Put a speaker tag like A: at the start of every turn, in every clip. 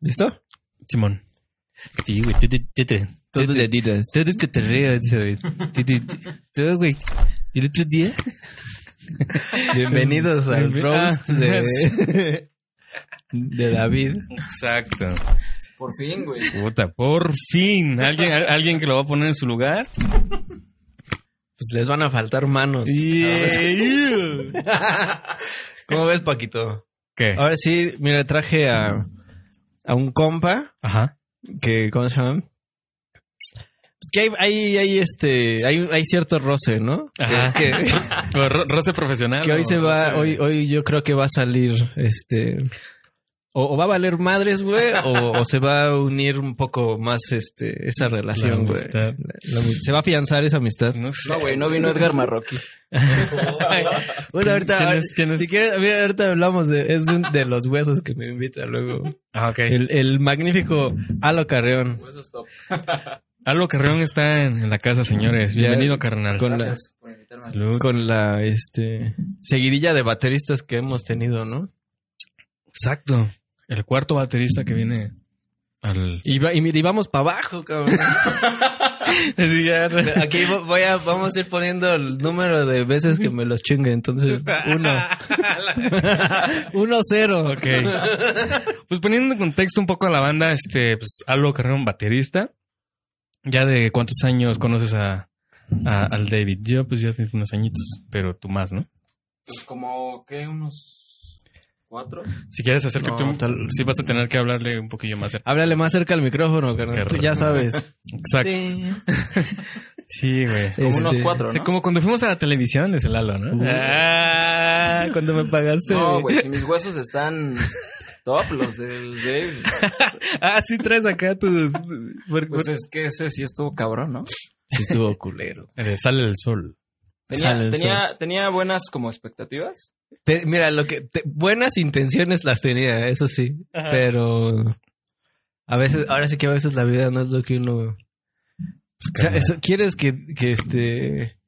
A: ¿Listo?
B: Simón. Sí, güey. te- te- te- te-
A: Todos los
B: te-
A: deditos.
B: Todo es que te rías, dice David. Ti, ti, ti. Todo, güey. ¿Y el otro día?
A: Bienvenidos al
B: Bienven-
A: roast
B: Ah.
A: de, de David.
B: Exacto.
C: Por fin, güey.
B: Puta, por fin. ¿Alguien, al- alguien que lo va a poner en su lugar?
A: Pues les van a faltar manos.
B: Yeah.
A: ¿Cómo ves, Paquito?
B: ¿Qué?
A: Ahora sí, mira, traje a, a un compa
B: Ajá.
A: que, ¿cómo se llama? Pues que hay, hay, hay este, hay, hay cierto roce, ¿no?
B: Ajá.
A: Que, que-
B: Pero ro- Roce profesional.
A: que hoy
B: o
A: se va,
B: roce-
A: hoy, hoy yo creo que va a salir, este, o, o va a valer madres, güey, o, o se va a unir un poco más, este, esa
B: La
A: relación, güey.
B: amistad.
A: La amist- Se va a afianzar esa amistad.
B: No sé.
C: No, güey, no vino Edgar Marroquí.
A: Bueno, ahorita,
B: ¿Quién
A: ahor-
B: es- quién es?
A: si quieres, mira, ahorita hablamos de, es de, un- de los huesos que me invita luego.
B: Ah, ok.
A: El, el magnífico Alo Carreón.
C: Pues eso es top.
B: Aldo Carreón está en, en la casa, señores.
A: Ya,
B: Bienvenido, carnal.
A: con la-
C: Gracias por invitarme.
B: Salud.
A: Con la este seguidilla de bateristas que hemos tenido, ¿no?
B: Exacto. El cuarto baterista que viene al...
A: Y, va- y mira, y vamos para abajo, cabrón. Aquí vo- voy a, vamos a ir poniendo el número de veces que me los chingue. Entonces, uno. uno cero.
B: Ok. Pues poniendo en contexto un poco a la banda, este, pues Aldo Carreón, baterista. ¿Ya de cuántos años conoces a, a- al David? Yo, pues ya tengo unos añitos, pero tú más, ¿no?
C: Pues como, ¿qué? Unos cuatro.
B: Si quieres acercarte,
A: No,
B: un-
A: tal-
B: sí vas a tener que hablarle un poquillo más. cerca.
A: Háblale más cerca al micrófono,
B: Qué
A: carnal. Tú
B: raro.
A: ya sabes.
B: Exacto. Sí, güey.
C: Como
A: Este,
C: unos cuatro,
B: O sea,
C: ¿no?
B: como cuando fuimos a la televisión, es el Lalo, ¿no?
A: Uh.
B: Ah, cuando me pagaste.
C: No, güey, si mis huesos están top, los del Dave.
B: Ah, sí traes acá tus... por-
C: Pues
B: por-
C: es que ese sí estuvo cabrón, ¿no?
A: Sí estuvo culero.
B: Eh, Sale el sol. Sale
C: Tenía,
B: el
C: tenía, tenía buenas como expectativas.
A: Te- mira, lo que te- buenas intenciones las tenía, eso sí,
B: Ajá.
A: pero a veces, ahora sí que a veces la vida no es lo que uno. pues, O sea,
B: carnal.
A: eso- ¿quieres que, que este,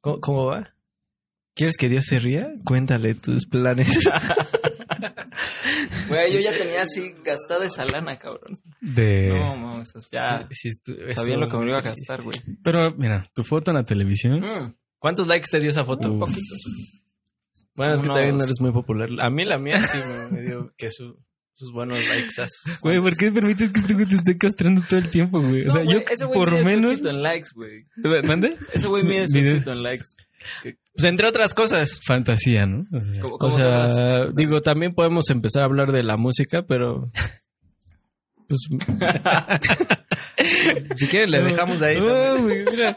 A: ¿cómo, cómo va? ¿Quieres que Dios se ría? Cuéntale tus planes.
C: Güey, yo ya tenía así gastada esa lana, cabrón.
B: De...
C: No, mames, o sea,
A: Sí, estu-
C: sabía
A: estuvo
C: lo que me lo iba a
A: muy
C: gastar, güey.
B: Pero mira, tu foto en la televisión.
C: Mm,
A: ¿Cuántos likes te dio esa foto?
C: un poquito.
A: Bueno, es que
C: Unos-
A: también no eres muy popular. A mí la mía sí me- me dio que su- sus buenos likes.
B: Güey, ¿por qué permites que este güey te esté castrando todo el tiempo, güey? O sea,
C: No, güey,
B: yo
C: ese güey
B: por
C: mide su
B: menos...
C: éxito en likes, güey.
B: ¿Mande?
C: Ese güey mide su
B: Mide-
C: éxito en likes.
A: Pues entre otras cosas.
B: Fantasía, ¿no? O sea,
C: ¿Cómo-
A: O
C: cómo sabrás?
A: sea, digo, también podemos empezar a hablar de la música, pero. Pues. si quieren, le dejamos ahí.
B: No, güey, mira.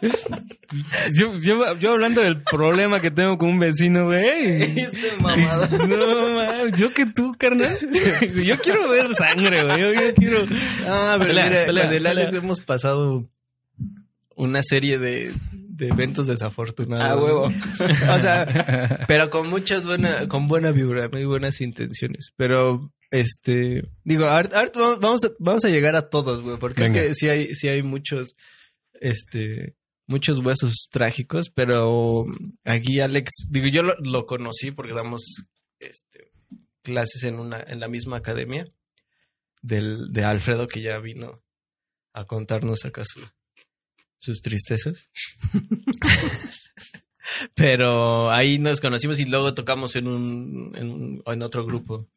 B: Yo, yo, yo hablando del problema que tengo con un vecino, güey.
C: Este mamada.
B: No, ma, yo que tú, carnal. Yo quiero ver sangre, güey. Yo, yo quiero.
A: Ah, pero
B: Pelea,
A: mira,
B: pelea,
A: con el Alex
B: pelea.
A: hemos pasado una serie de, de eventos desafortunados.
C: A huevo.
A: o sea, pero con muchas buenas, con buena vibra, muy buenas intenciones. Pero, este, digo, ahorita ahorita vamos- vamos a, vamos a llegar a todos, güey, porque es
B: Venga.
A: que sí hay, sí hay muchos, este, muchos huesos trágicos, pero aquí Alex, digo, yo lo, lo conocí porque damos, este, clases en una, en la misma academia del, de Alfredo que ya vino a contarnos acá su- sus tristezas. Pero ahí nos conocimos y luego tocamos en un, en, un- en otro grupo.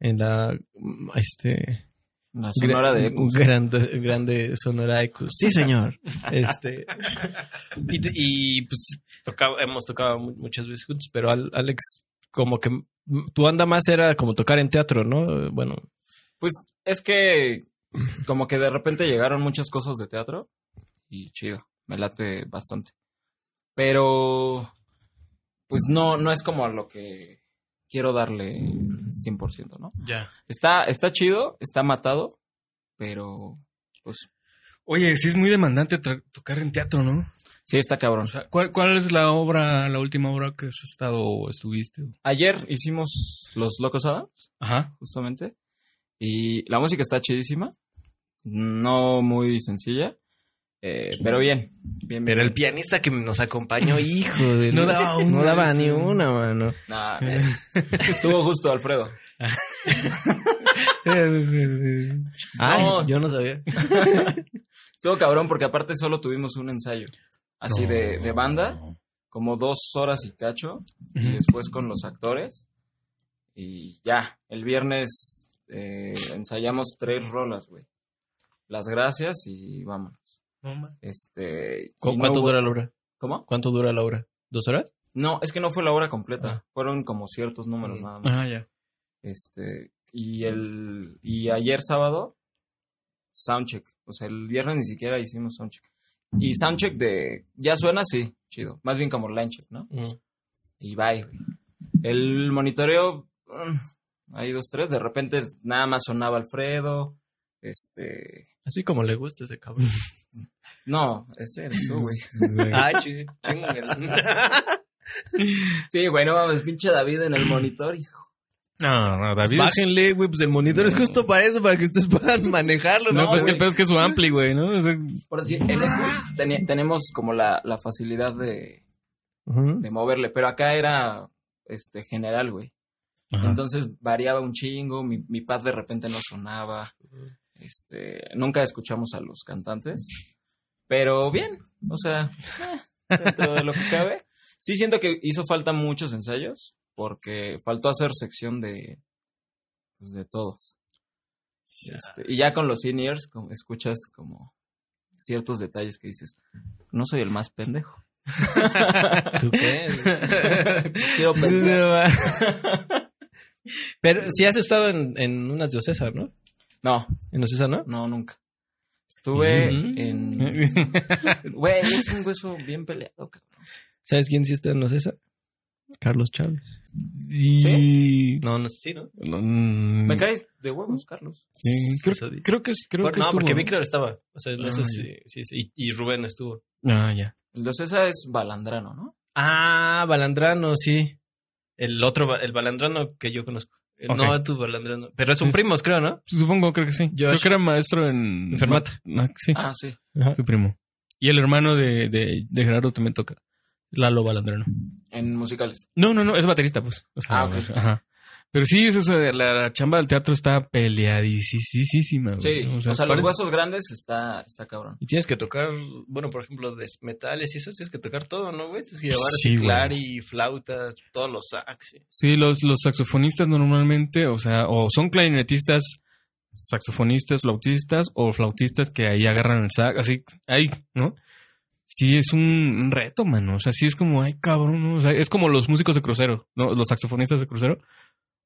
A: En la mm, este
C: La sonora de
A: gra- grande, grande sonora Ecus. Sí, señor. este y, te- y, pues tocaba- hemos tocado mu- muchas veces juntos, pero Al- Alex, como que mm, tu anda más era como tocar en teatro, ¿no? Bueno,
C: Pues es que como que de repente llegaron muchas cosas de teatro y chido, me late bastante. Pero pues no no es como a lo que quiero darle 100%, ¿no?
B: Ya.
C: Está está chido, está matado, pero pues
B: Oye, sí es muy demandante tra- tocar en teatro, ¿no?
C: sí está cabrón.
B: O sea, ¿cuál, ¿cuál es la obra, la última obra que has estado o estuviste?
C: Ayer hicimos Los Locos Adams.
B: Ajá.
C: justamente. Y la música está chidísima. No muy sencilla. eh, pero bien. bien, bien,
A: Pero el
C: bien.
A: pianista que nos acompañó, hijo de...
B: No daba una,
A: No daba ni
B: sí.
A: una, mano.
C: Nah, eh, estuvo justo, Alfredo.
B: Sí, sí, sí.
A: Ay,
C: No.
A: yo no sabía.
C: Estuvo cabrón porque aparte solo tuvimos un ensayo. Así de, de banda, como dos horas y cacho. Y
B: Ujú.
C: después con los actores. Y ya, el viernes eh, ensayamos tres rolas, güey. Las gracias y vámonos. Este.
A: ¿Cu-
C: y no
A: ¿Cuánto
C: hubo-
A: dura la obra?
C: ¿Cómo?
A: ¿Cuánto dura la obra? ¿Dos horas?
C: No, es que no fue la hora completa. Fueron como ciertos números
A: Mm.
C: nada más.
B: Ah, ya.
C: Este, y el y ayer sábado soundcheck, o sea, el viernes ni siquiera hicimos soundcheck. Y soundcheck de ya suena sí, chido, más bien como linecheck, ¿no?
A: Mm.
C: Y bye. güey. El monitoreo mm, hay dos tres, de repente nada más sonaba Alfredo, este,
A: Así como le gusta ese cabrón.
C: no, ese eres tú, güey.
A: Ay, chinga.
C: Sí, güey, no mames, pinche David en el monitor, hijo.
B: No, no, David. es-
A: Bájenle, güey, pues el monitor es justo para eso, para que ustedes puedan manejarlo,
B: No,
A: ¿no?
B: pues es que
A: güey?
B: el pedo es que es su ampli, güey, ¿no? O sea,
C: Por decir, en el- teni- tenemos como la, la facilidad de,
A: Ujú.
C: de moverle, pero acá era este general, güey. Entonces variaba un chingo, mi, mi pad de repente no sonaba. Este, nunca escuchamos a los cantantes, pero bien, o sea, eh, dentro de lo que cabe. Sí siento que hizo falta muchos ensayos porque faltó hacer sección de pues, de todos. Este, y ya con los in-ears como- escuchas como ciertos detalles que dices, no soy el más pendejo.
A: ¿Tú qué?
C: Quiero pensar.
A: Pero sí has estado en, en unas diocesas, ¿no?
C: No,
A: En diocesa, ¿no?
C: no, nunca. Estuve
A: Mm.
C: en Güey, es un hueso bien peleado, cabrón.
A: ¿Sabes quién sí está en diocesa? Carlos Chávez.
B: Y...
A: No, no sé, sí, ¿no?
B: No, mm,
C: Me caes de huevos, Carlos.
B: sí, creo,
A: Eso di-
B: creo que es- creo
A: Bueno,
B: que
A: no, porque
B: estuvo.
A: Víctor estaba. O sea,
B: Ah,
A: eso
B: ya.
A: sí, sí, sí. Y, y Rubén estuvo.
B: Ah, ya.
C: El de Ocesa es Balandrano, ¿no?
A: Ah, Balandrano, sí. El otro, ba- el Balandrano que yo conozco. Eh,
B: Ok.
A: No, tu Balandrano. Pero son
B: Sí, sí.
A: primos, creo, ¿no?
B: Supongo, creo que sí.
A: Yo-
B: creo que era maestro en...
A: Enfermata.
B: Ah, sí,
C: Ah, sí.
B: su primo. Y el hermano de, de, de Gerardo también toca. Lalo Balandrano.
C: En musicales.
B: No, no, no, es baterista, pues. O sea,
C: Ah, ok.
B: Ajá. Pero sí, es, o sea, la, la chamba del teatro está peleadísima.
C: Sí. O sea, los
B: parece-
C: huesos grandes está, está cabrón.
A: Y tienes que tocar, bueno, por ejemplo, de metales y eso, tienes que tocar todo, ¿no, güey? Tienes que llevar
B: Sí,
A: teclar y flauta, todos los sax. sí.
B: Sí, los, los saxofonistas normalmente, o sea, o son clarinetistas, saxofonistas, flautistas, o flautistas que ahí agarran el sax, así, ahí, ¿no? Sí, es un un reto, mano. O sea, sí es como, ay, cabrón, ¿no? O sea, es como los músicos de crucero, ¿no? Los saxofonistas de crucero.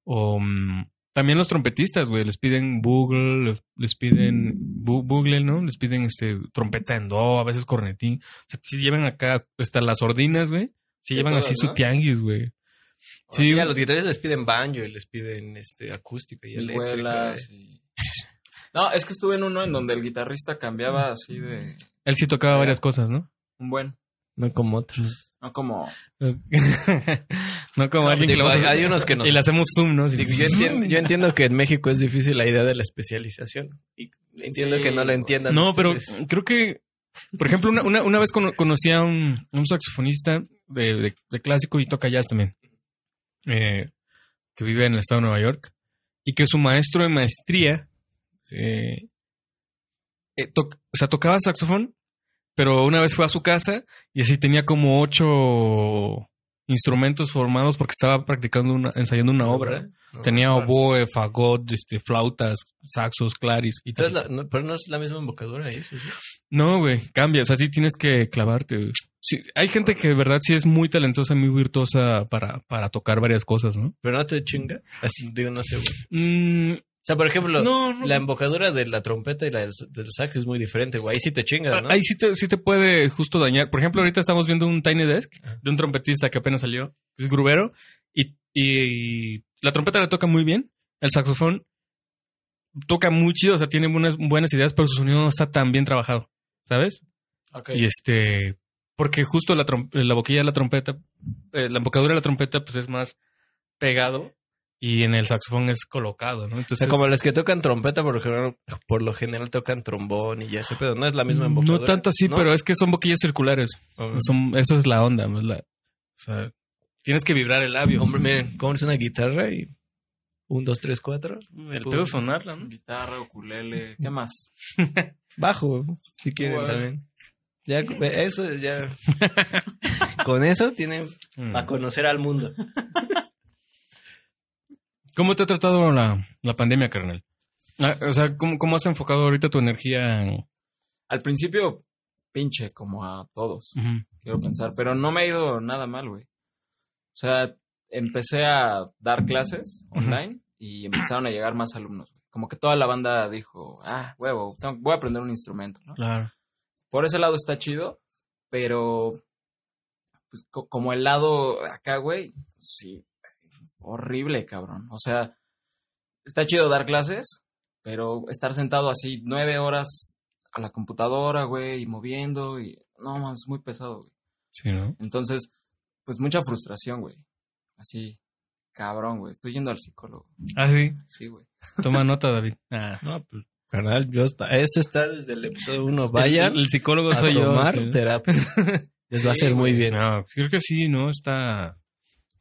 B: O mm, también los trompetistas, güey. Les piden bugle, les piden bu- bugle, ¿no? Les piden este trompeta en do, a veces cornetín. O sea, sí llevan acá hasta las ordinas, güey. Sí
A: De
B: llevan así
A: todas,
B: su
A: ¿no?
B: tianguis, güey.
A: Sí,
B: Sí,
A: a los guitarristas les piden banjo y les piden este acústica y eléctrica.
C: Vihuelas
A: eh.
C: y... No, es que estuve en uno en donde el guitarrista cambiaba así de
B: Él sí tocaba
C: Ah, ya.
B: varias cosas, ¿no?
C: un buen.
A: No como otros.
C: No como...
B: no como
A: No,
B: alguien que lo
A: digo,
B: hace-
A: hay- hay unos que no.
B: Y le hacemos zoom, ¿no? Así-
A: eh. Digo, yo, entiendo, yo entiendo que en México es difícil la idea de la especialización. Y entiendo
C: Sí,
A: que no la
C: güey.
A: entiendan.
B: No, pero
A: ustedes.
B: creo que, por ejemplo, una, una, una vez cono- conocí a un, un saxofonista de, de- de clásico y toca jazz también, eh, que vive en el estado de Nueva York, y que su maestro de maestría, eh, eh, toc- o sea, tocaba saxofón, pero una vez fue a su casa y así tenía como ocho instrumentos formados porque estaba practicando una, ensayando una obra.
A: No,
B: Tenía
A: bueno.
B: oboe, fagot, este, flautas, saxos, claris.
A: Y entonces, la- no, pero no es la misma embocadura y eso. ¿sí?
B: No, güey, cambia. O sea, sí tienes que clavarte. güey. Sí, hay gente que de verdad sí es muy talentosa, muy virtuosa para, para tocar varias cosas, ¿no?
A: Pero no te chinga. Así, digo, no sé. güey. O
B: Mm,
A: sea, por ejemplo,
B: no, no.
A: la embocadura de la trompeta y la del, s- del sax es muy diferente, güey. Ahí sí te chingas, ¿no?
B: Ahí sí te, sí te puede justo dañar. Por ejemplo, ahorita estamos viendo un Tiny Desk
A: Ajá.
B: de un trompetista que apenas salió, que es Grubero, y, y la trompeta la toca muy bien, el saxofón toca muy chido, o sea, tiene buenas, buenas ideas, pero su sonido no está tan bien trabajado, ¿sabes?
C: Ok.
B: Y este, porque justo la, trom- la boquilla de la trompeta, eh, la embocadura de la trompeta, pues es más pegado y en el saxofón es colocado, ¿no?
A: O
B: Entonces,
A: sea, como los que tocan trompeta, por lo, general, por lo general tocan trombón y ya ese pedo. No es la misma embocadura.
B: no tanto así,
A: ¿no?
B: pero es que son boquillas circulares.
A: Ah,
B: Son, eso es la onda. ¿no? La- o sea, tienes que vibrar el labio.
A: Hombre, miren, compres una guitarra y Un, dos, tres, cuatro. Pues,
B: El pedo es sonarla, ¿no?
C: Guitarra, ukulele, ¿qué más?
A: Bajo, si quieren
C: Igual.
A: también. Ya, con- eso, ya. Con eso tienen
B: Mm.
A: a conocer al mundo.
B: ¿Cómo te ha tratado la, la pandemia, carnal? Ah, O sea, ¿cómo, cómo has enfocado ahorita tu energía en...
C: Al principio, pinche, como a todos,
B: Ujú.
C: quiero pensar, pero no me ha ido nada mal, güey. O sea, empecé a dar clases
B: Ujú.
C: online y empezaron a llegar más alumnos. güey. Como que toda la banda dijo, ah, huevo, tengo- voy a aprender un instrumento, ¿no?
B: Claro.
C: Por ese lado está chido, pero pues co- como el lado de acá, güey, sí, horrible, cabrón. O sea, está chido dar clases, pero estar sentado así nueve horas a la computadora, güey, y moviendo, y no, mames, es muy pesado, güey.
B: Sí, ¿no?
C: Entonces, pues mucha frustración, güey. Así, cabrón, güey. Estoy yendo al psicólogo.
B: Ah, sí.
C: Sí, güey.
B: Toma nota, David. Ah.
A: No, pues, canal, yo está, eso está desde el episodio uno. Vayan
B: El, el psicólogo
A: a
B: soy yo.
A: tomar
B: sí.
A: terapia. Les va a
C: Sí,
A: hacer muy
C: güey.
A: bien.
B: No, creo que sí, ¿no? Está...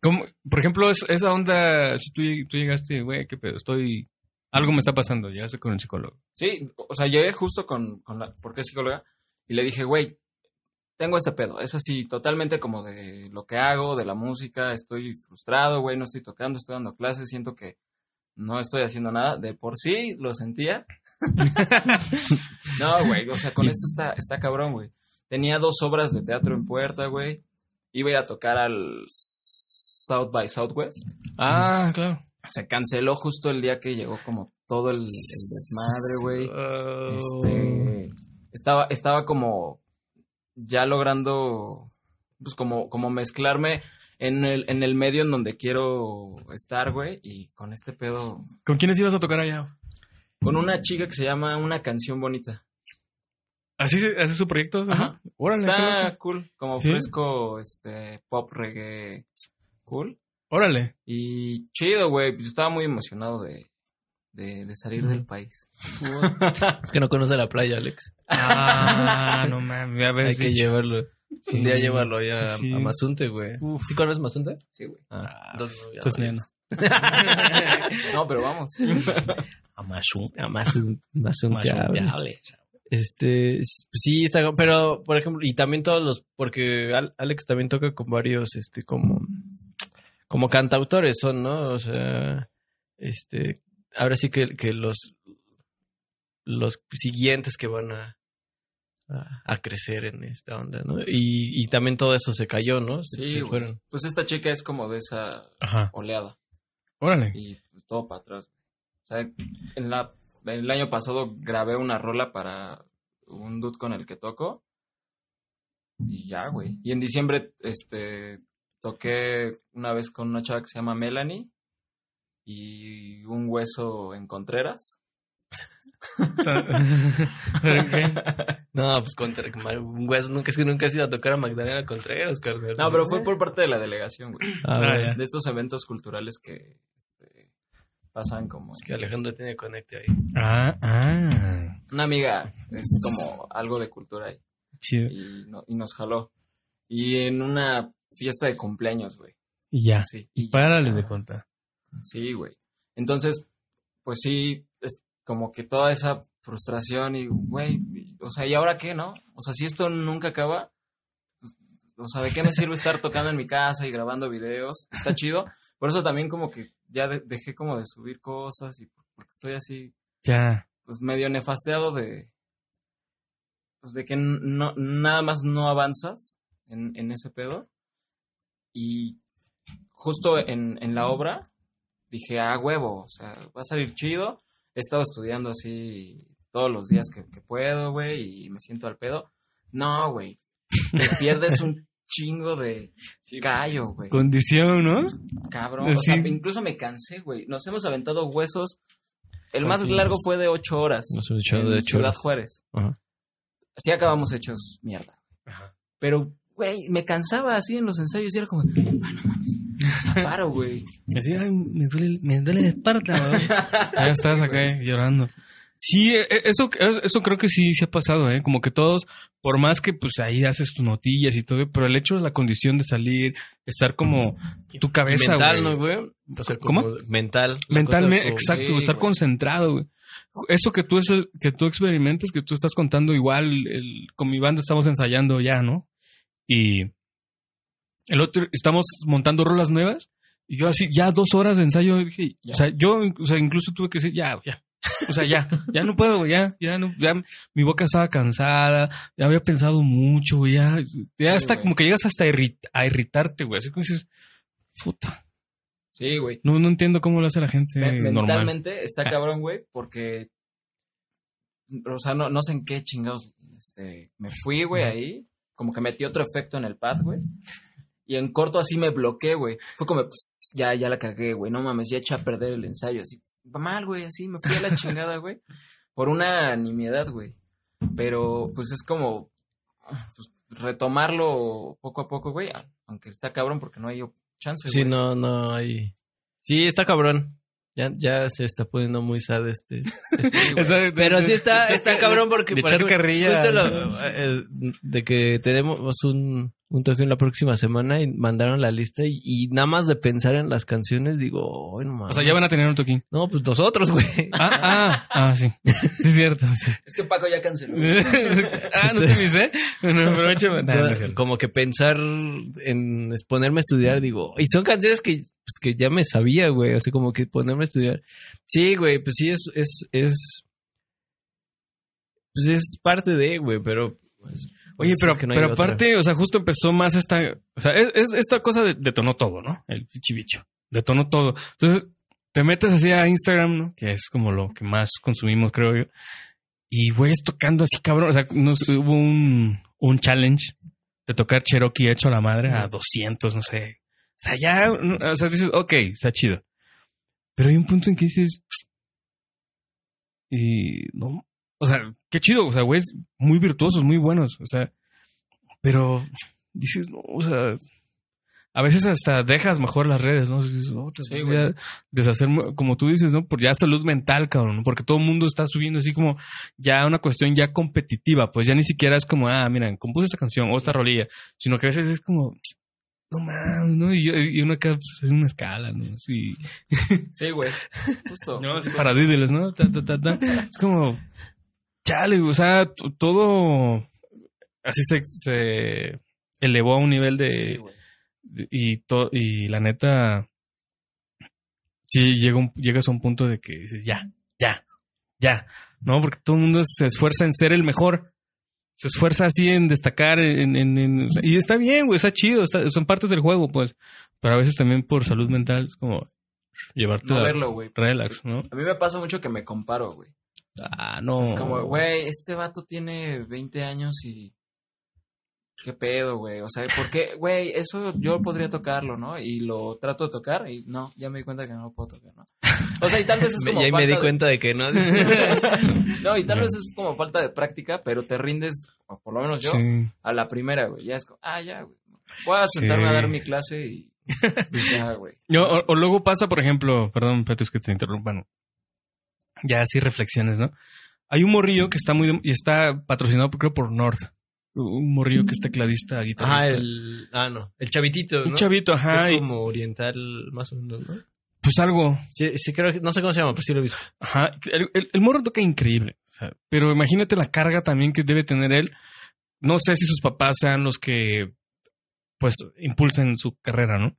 B: Como, por ejemplo, es- esa onda, si tú, lleg- tú llegaste, güey, qué pedo, estoy... Algo me está pasando, llegaste con el psicólogo.
C: Sí, o sea, llegué justo con, con la, porque es psicóloga, y le dije, güey, tengo este pedo. Es así, totalmente como de lo que hago, de la música, estoy frustrado, güey, no estoy tocando, estoy dando clases, siento que no estoy haciendo nada. De por sí lo sentía. no, güey, o sea, con esto está, está cabrón, güey. Tenía dos obras de teatro en puerta, güey. Iba a ir a tocar al South by Southwest.
B: Ah, claro.
C: Se canceló justo el día que llegó como todo el, el desmadre, güey. Este, estaba, estaba como ya logrando, pues como, como mezclarme en el, en el medio en donde quiero estar, güey, y con este pedo,
B: ¿Con quiénes ibas a tocar allá?
C: con una chica que se llama Una Canción Bonita.
B: ¿Así se- hace su proyecto?
C: Ajá.
B: Órale, qué
C: Está
B: loco.
C: cool, como
B: Sí.
C: fresco, este, pop, reggae, cool.
B: Órale.
C: Y chido, güey, pues estaba muy emocionado de, de, de salir del país.
A: Es que no conoce la playa, Alex.
B: Ah, no mames, ya
A: Hay
B: ves.
A: que llevarlo.
B: Sí.
A: Un día llévalo ya a-
B: Sí.
A: a Mazunte, güey.
B: Uf.
A: ¿Sí conoces Mazunte?
C: Sí, güey.
A: Ah, entonces no, ya
B: Estás
A: valió.
B: viendo.
C: No, pero vamos.
A: A Mazun- Mazunteable. Este, s- sí, está, pero, por ejemplo, y también todos los, porque Al- Alex también toca con varios, este, como, como cantautores son, ¿no? O sea, este, ahora sí que, que los, los siguientes que van a, a, a crecer en esta onda, ¿no? Y, y también todo eso se cayó, ¿no? Se-
C: Sí,
A: se
C: güey.
A: fueron.
C: Pues esta chica es como de esa
B: Ajá.
C: oleada.
B: Órale.
C: y pues, todo para atrás. O sea, en la, el año pasado grabé una rola para un dude con el que toco. Y ya, güey. Y en diciembre este, toqué una vez con una chava que se llama Melanie y un hueso en Contreras.
B: ¿Pero qué?
A: No, pues contra, un güey, nunca, es que nunca has ido a tocar a Magdalena Contreras, carnal.
C: No, pero fue por parte de la delegación, güey.
A: Eh. Ah,
B: Ah,
A: bueno.
B: ya.
C: De estos eventos culturales que este, pasan como...
A: Es que Alejandro tiene conecte ahí.
B: Ah, ah.
C: Una amiga es como algo de cultura ahí.
B: Chido.
C: y, no- y nos jaló. Y en una fiesta de cumpleaños, güey.
B: Ah, Y ya.
C: Sí, y
B: Párale
C: ya.
B: de contar.
C: Sí, güey. Entonces, pues sí, es como que toda esa frustración y, güey, y- o sea, ¿y ahora qué, no? O sea, si esto nunca acaba, pues, o sea, ¿de qué me sirve estar tocando en mi casa y grabando videos? Está chido. Por eso también como que ya de- dejé como de subir cosas y porque estoy así
B: Ya.
C: pues medio nefasteado de pues de que n- no nada más no avanzas en, en ese pedo y justo en, en la obra dije ah huevo o sea va a salir chido he estado estudiando así todos los días que, que puedo güey y me siento al pedo no güey te pierdes un chingo de callo güey
B: Condición, ¿no?
C: Cabrón, o
A: Eh,
B: Sí.
C: sea, incluso me cansé, güey. Nos hemos aventado huesos. El más
A: Así
C: largo
A: es.
C: fue de ocho horas.
A: Pues Nos hemos echado
C: en
A: de ocho
C: Ciudad
A: horas.
C: Juárez.
A: Ajá.
C: Sí acabamos hechos mierda. Pero, güey, me cansaba así en los ensayos y era como, ah, no mames, ya paro, güey.
B: Así, ay, me duele, me duele la espalda, ¿no? Ya estás acá eh, llorando. Sí, e- e- eso, eso creo que sí se ha pasado, ¿eh? Como que todos, por más que pues ahí haces tus notillas y todo, pero el hecho de la condición de salir, estar como tu cabeza,
A: mental,
B: güey.
A: ¿no, güey? O sea, como Mental. la
B: Mentalmente,
A: cosa como-
B: exacto,
C: Sí,
B: estar
C: güey.
B: concentrado, güey. Eso que tú, eso que tú experimentas, que tú estás contando igual, el- con mi banda estamos ensayando ya, ¿no? Y el otro, estamos montando rolas nuevas, y yo así, ya dos horas de ensayo, dije,
C: Ya.
B: o sea, yo o sea, incluso tuve que decir, ya, ya. O sea, ya, ya no puedo, güey, ya, ya no, ya mi boca estaba cansada, ya había pensado mucho, güey, ya, ya
C: Sí,
B: hasta
C: güey.
B: como que llegas hasta a irri- a irritarte, güey, así como dices, puta,
C: Sí, güey.
B: no, no entiendo cómo lo hace la
A: Mm,
B: gente
C: Me-
B: normal.
C: mentalmente
A: Ah.
C: está cabrón, güey, porque. O sea, no, no sé en qué chingados este, me fui, güey,
B: Ajá.
C: ahí. Como que metí otro efecto en el pad, güey. Y en corto así me bloqueé, güey. Fue como, "Pss, ya, ya la cagué, güey. No mames, ya eché a perder el ensayo. Así, va mal, güey, así. Me fui a la chingada, güey. Por una nimiedad, güey. Pero, pues es como pues, retomarlo poco a poco, güey. Aunque está cabrón porque no hay chance,
A: Sí,
C: güey.
A: no, no hay. Sí, está cabrón. Ya, ya se está poniendo muy sad este. este-
B: O sea,
A: Pero
B: de-
A: sí está,
B: de-
A: está cabrón porque
B: de
A: por
B: echar
A: ejemplo,
B: carrilla.
A: justo lo- eh, de que tenemos un, un toque en la próxima semana y mandaron la lista y, y nada más de pensar en las canciones digo, "Ay, no
B: O sea, ya van a
A: mames".
B: tener un toquín.
A: No, pues nosotros, güey.
B: Ah, ah, ah, sí. Sí, es cierto. sí.
C: Es que Paco ya canceló.
A: Este
B: ah, no te viste. Bueno, aprovecho. Nah, no es cierto.
A: como que pensar en es- ponerme a estudiar, digo, y son canciones que, pues, que ya me sabía, güey, así como que ponerme a estudiar. Sí, güey, pues sí, es, es, es, pues es parte de, güey, pero... pues,
B: Oye,
A: pues,
B: pero,
A: es que no hay
B: pero
A: otra.
B: aparte, o sea, justo empezó más esta. O sea, es, es- esta cosa de- detonó todo, ¿no? El pinche bicho. Detonó todo. Entonces, te metes así a Instagram, ¿no? Que es como lo que más consumimos, creo yo. Y güeyes tocando así, cabrón. O sea, nos, hubo un, un challenge de tocar Cherokee hecho a la madre a 200, no sé. O sea, ya. no, O sea, dices, ok, está chido. Pero hay un punto en que dices. Y no. O sea, qué chido. O sea, güeyes muy virtuosos, muy buenos. O sea, pero dices, no, o sea, a veces hasta dejas mejor las redes, ¿no? Dices, no, te
C: Sí,
B: voy a deshacerme, como tú dices, ¿no? Por ya salud mental, cabrón, ¿no? porque todo el mundo está subiendo así como ya una cuestión ya competitiva, pues ya ni siquiera es como, ah, miren, compuse esta canción o esta rolilla, sino que a veces es como, no mames, ¿no? Y, yo- y uno acá pues, hace una escala, ¿no? Sí.
C: Sí, güey. Justo.
B: No, es
C: justo.
B: para Diddles, ¿no? Ta, ta, ta, ta. Es como, chale, o sea, t- todo así se, se elevó a un nivel de,
C: Sí, güey.
B: de- y, to- y la neta, sí llega un- llegas a un punto de que dices, ya, ya, ya, ¿no? Porque todo el mundo se esfuerza en ser el mejor. Se esfuerza así en destacar, en, en- en- o sea, y está bien, güey, está chido, está- son partes del juego, pues. Pero a veces también por salud mental, es como llevarte
C: no
B: a-
C: verlo, güey.
B: relax, ¿no?
C: A mí me pasa mucho que me comparo, güey.
B: Ah,
C: O
B: no.
C: sea, es como, güey, este vato tiene 20 años y... ¿Qué pedo, güey? O sea, ¿por qué? Güey, eso yo podría tocarlo, ¿no? Y lo trato de tocar y no, ya me di cuenta que no lo puedo tocar, ¿no? O sea, y tal vez es
A: Me-
C: como
A: y ahí me
C: falta
A: di
C: de-
A: cuenta de que no.
C: No, y tal vez es como falta de práctica, pero te rindes, o por lo menos pues yo,
B: Sí.
C: a la primera, güey. Ya es como, ah, ya, güey. Voy a
B: Sí.
C: sentarme a dar mi clase y... y ya, güey.
B: Yo- o, o luego pasa, por ejemplo, perdón, Peto, es que te interrumpan. Ya así reflexiones, ¿no? Hay un morrillo que está muy de- y está patrocinado creo por North. Un morrillo que es tecladista,
A: ah,
B: guitarrista.
A: el, ah, no, el chavitito, ¿no?
B: Un chavito, ajá,
A: Es
B: y
A: como oriental, más o menos, ¿no?
B: pues algo.
A: Sí, sí, creo que, no sé cómo se llama, pero sí lo he visto.
B: Ajá. El, el- el morro toca increíble. o sea, pero imagínate la carga también que debe tener él. No sé si sus papás sean los que pues impulsen su carrera, ¿no?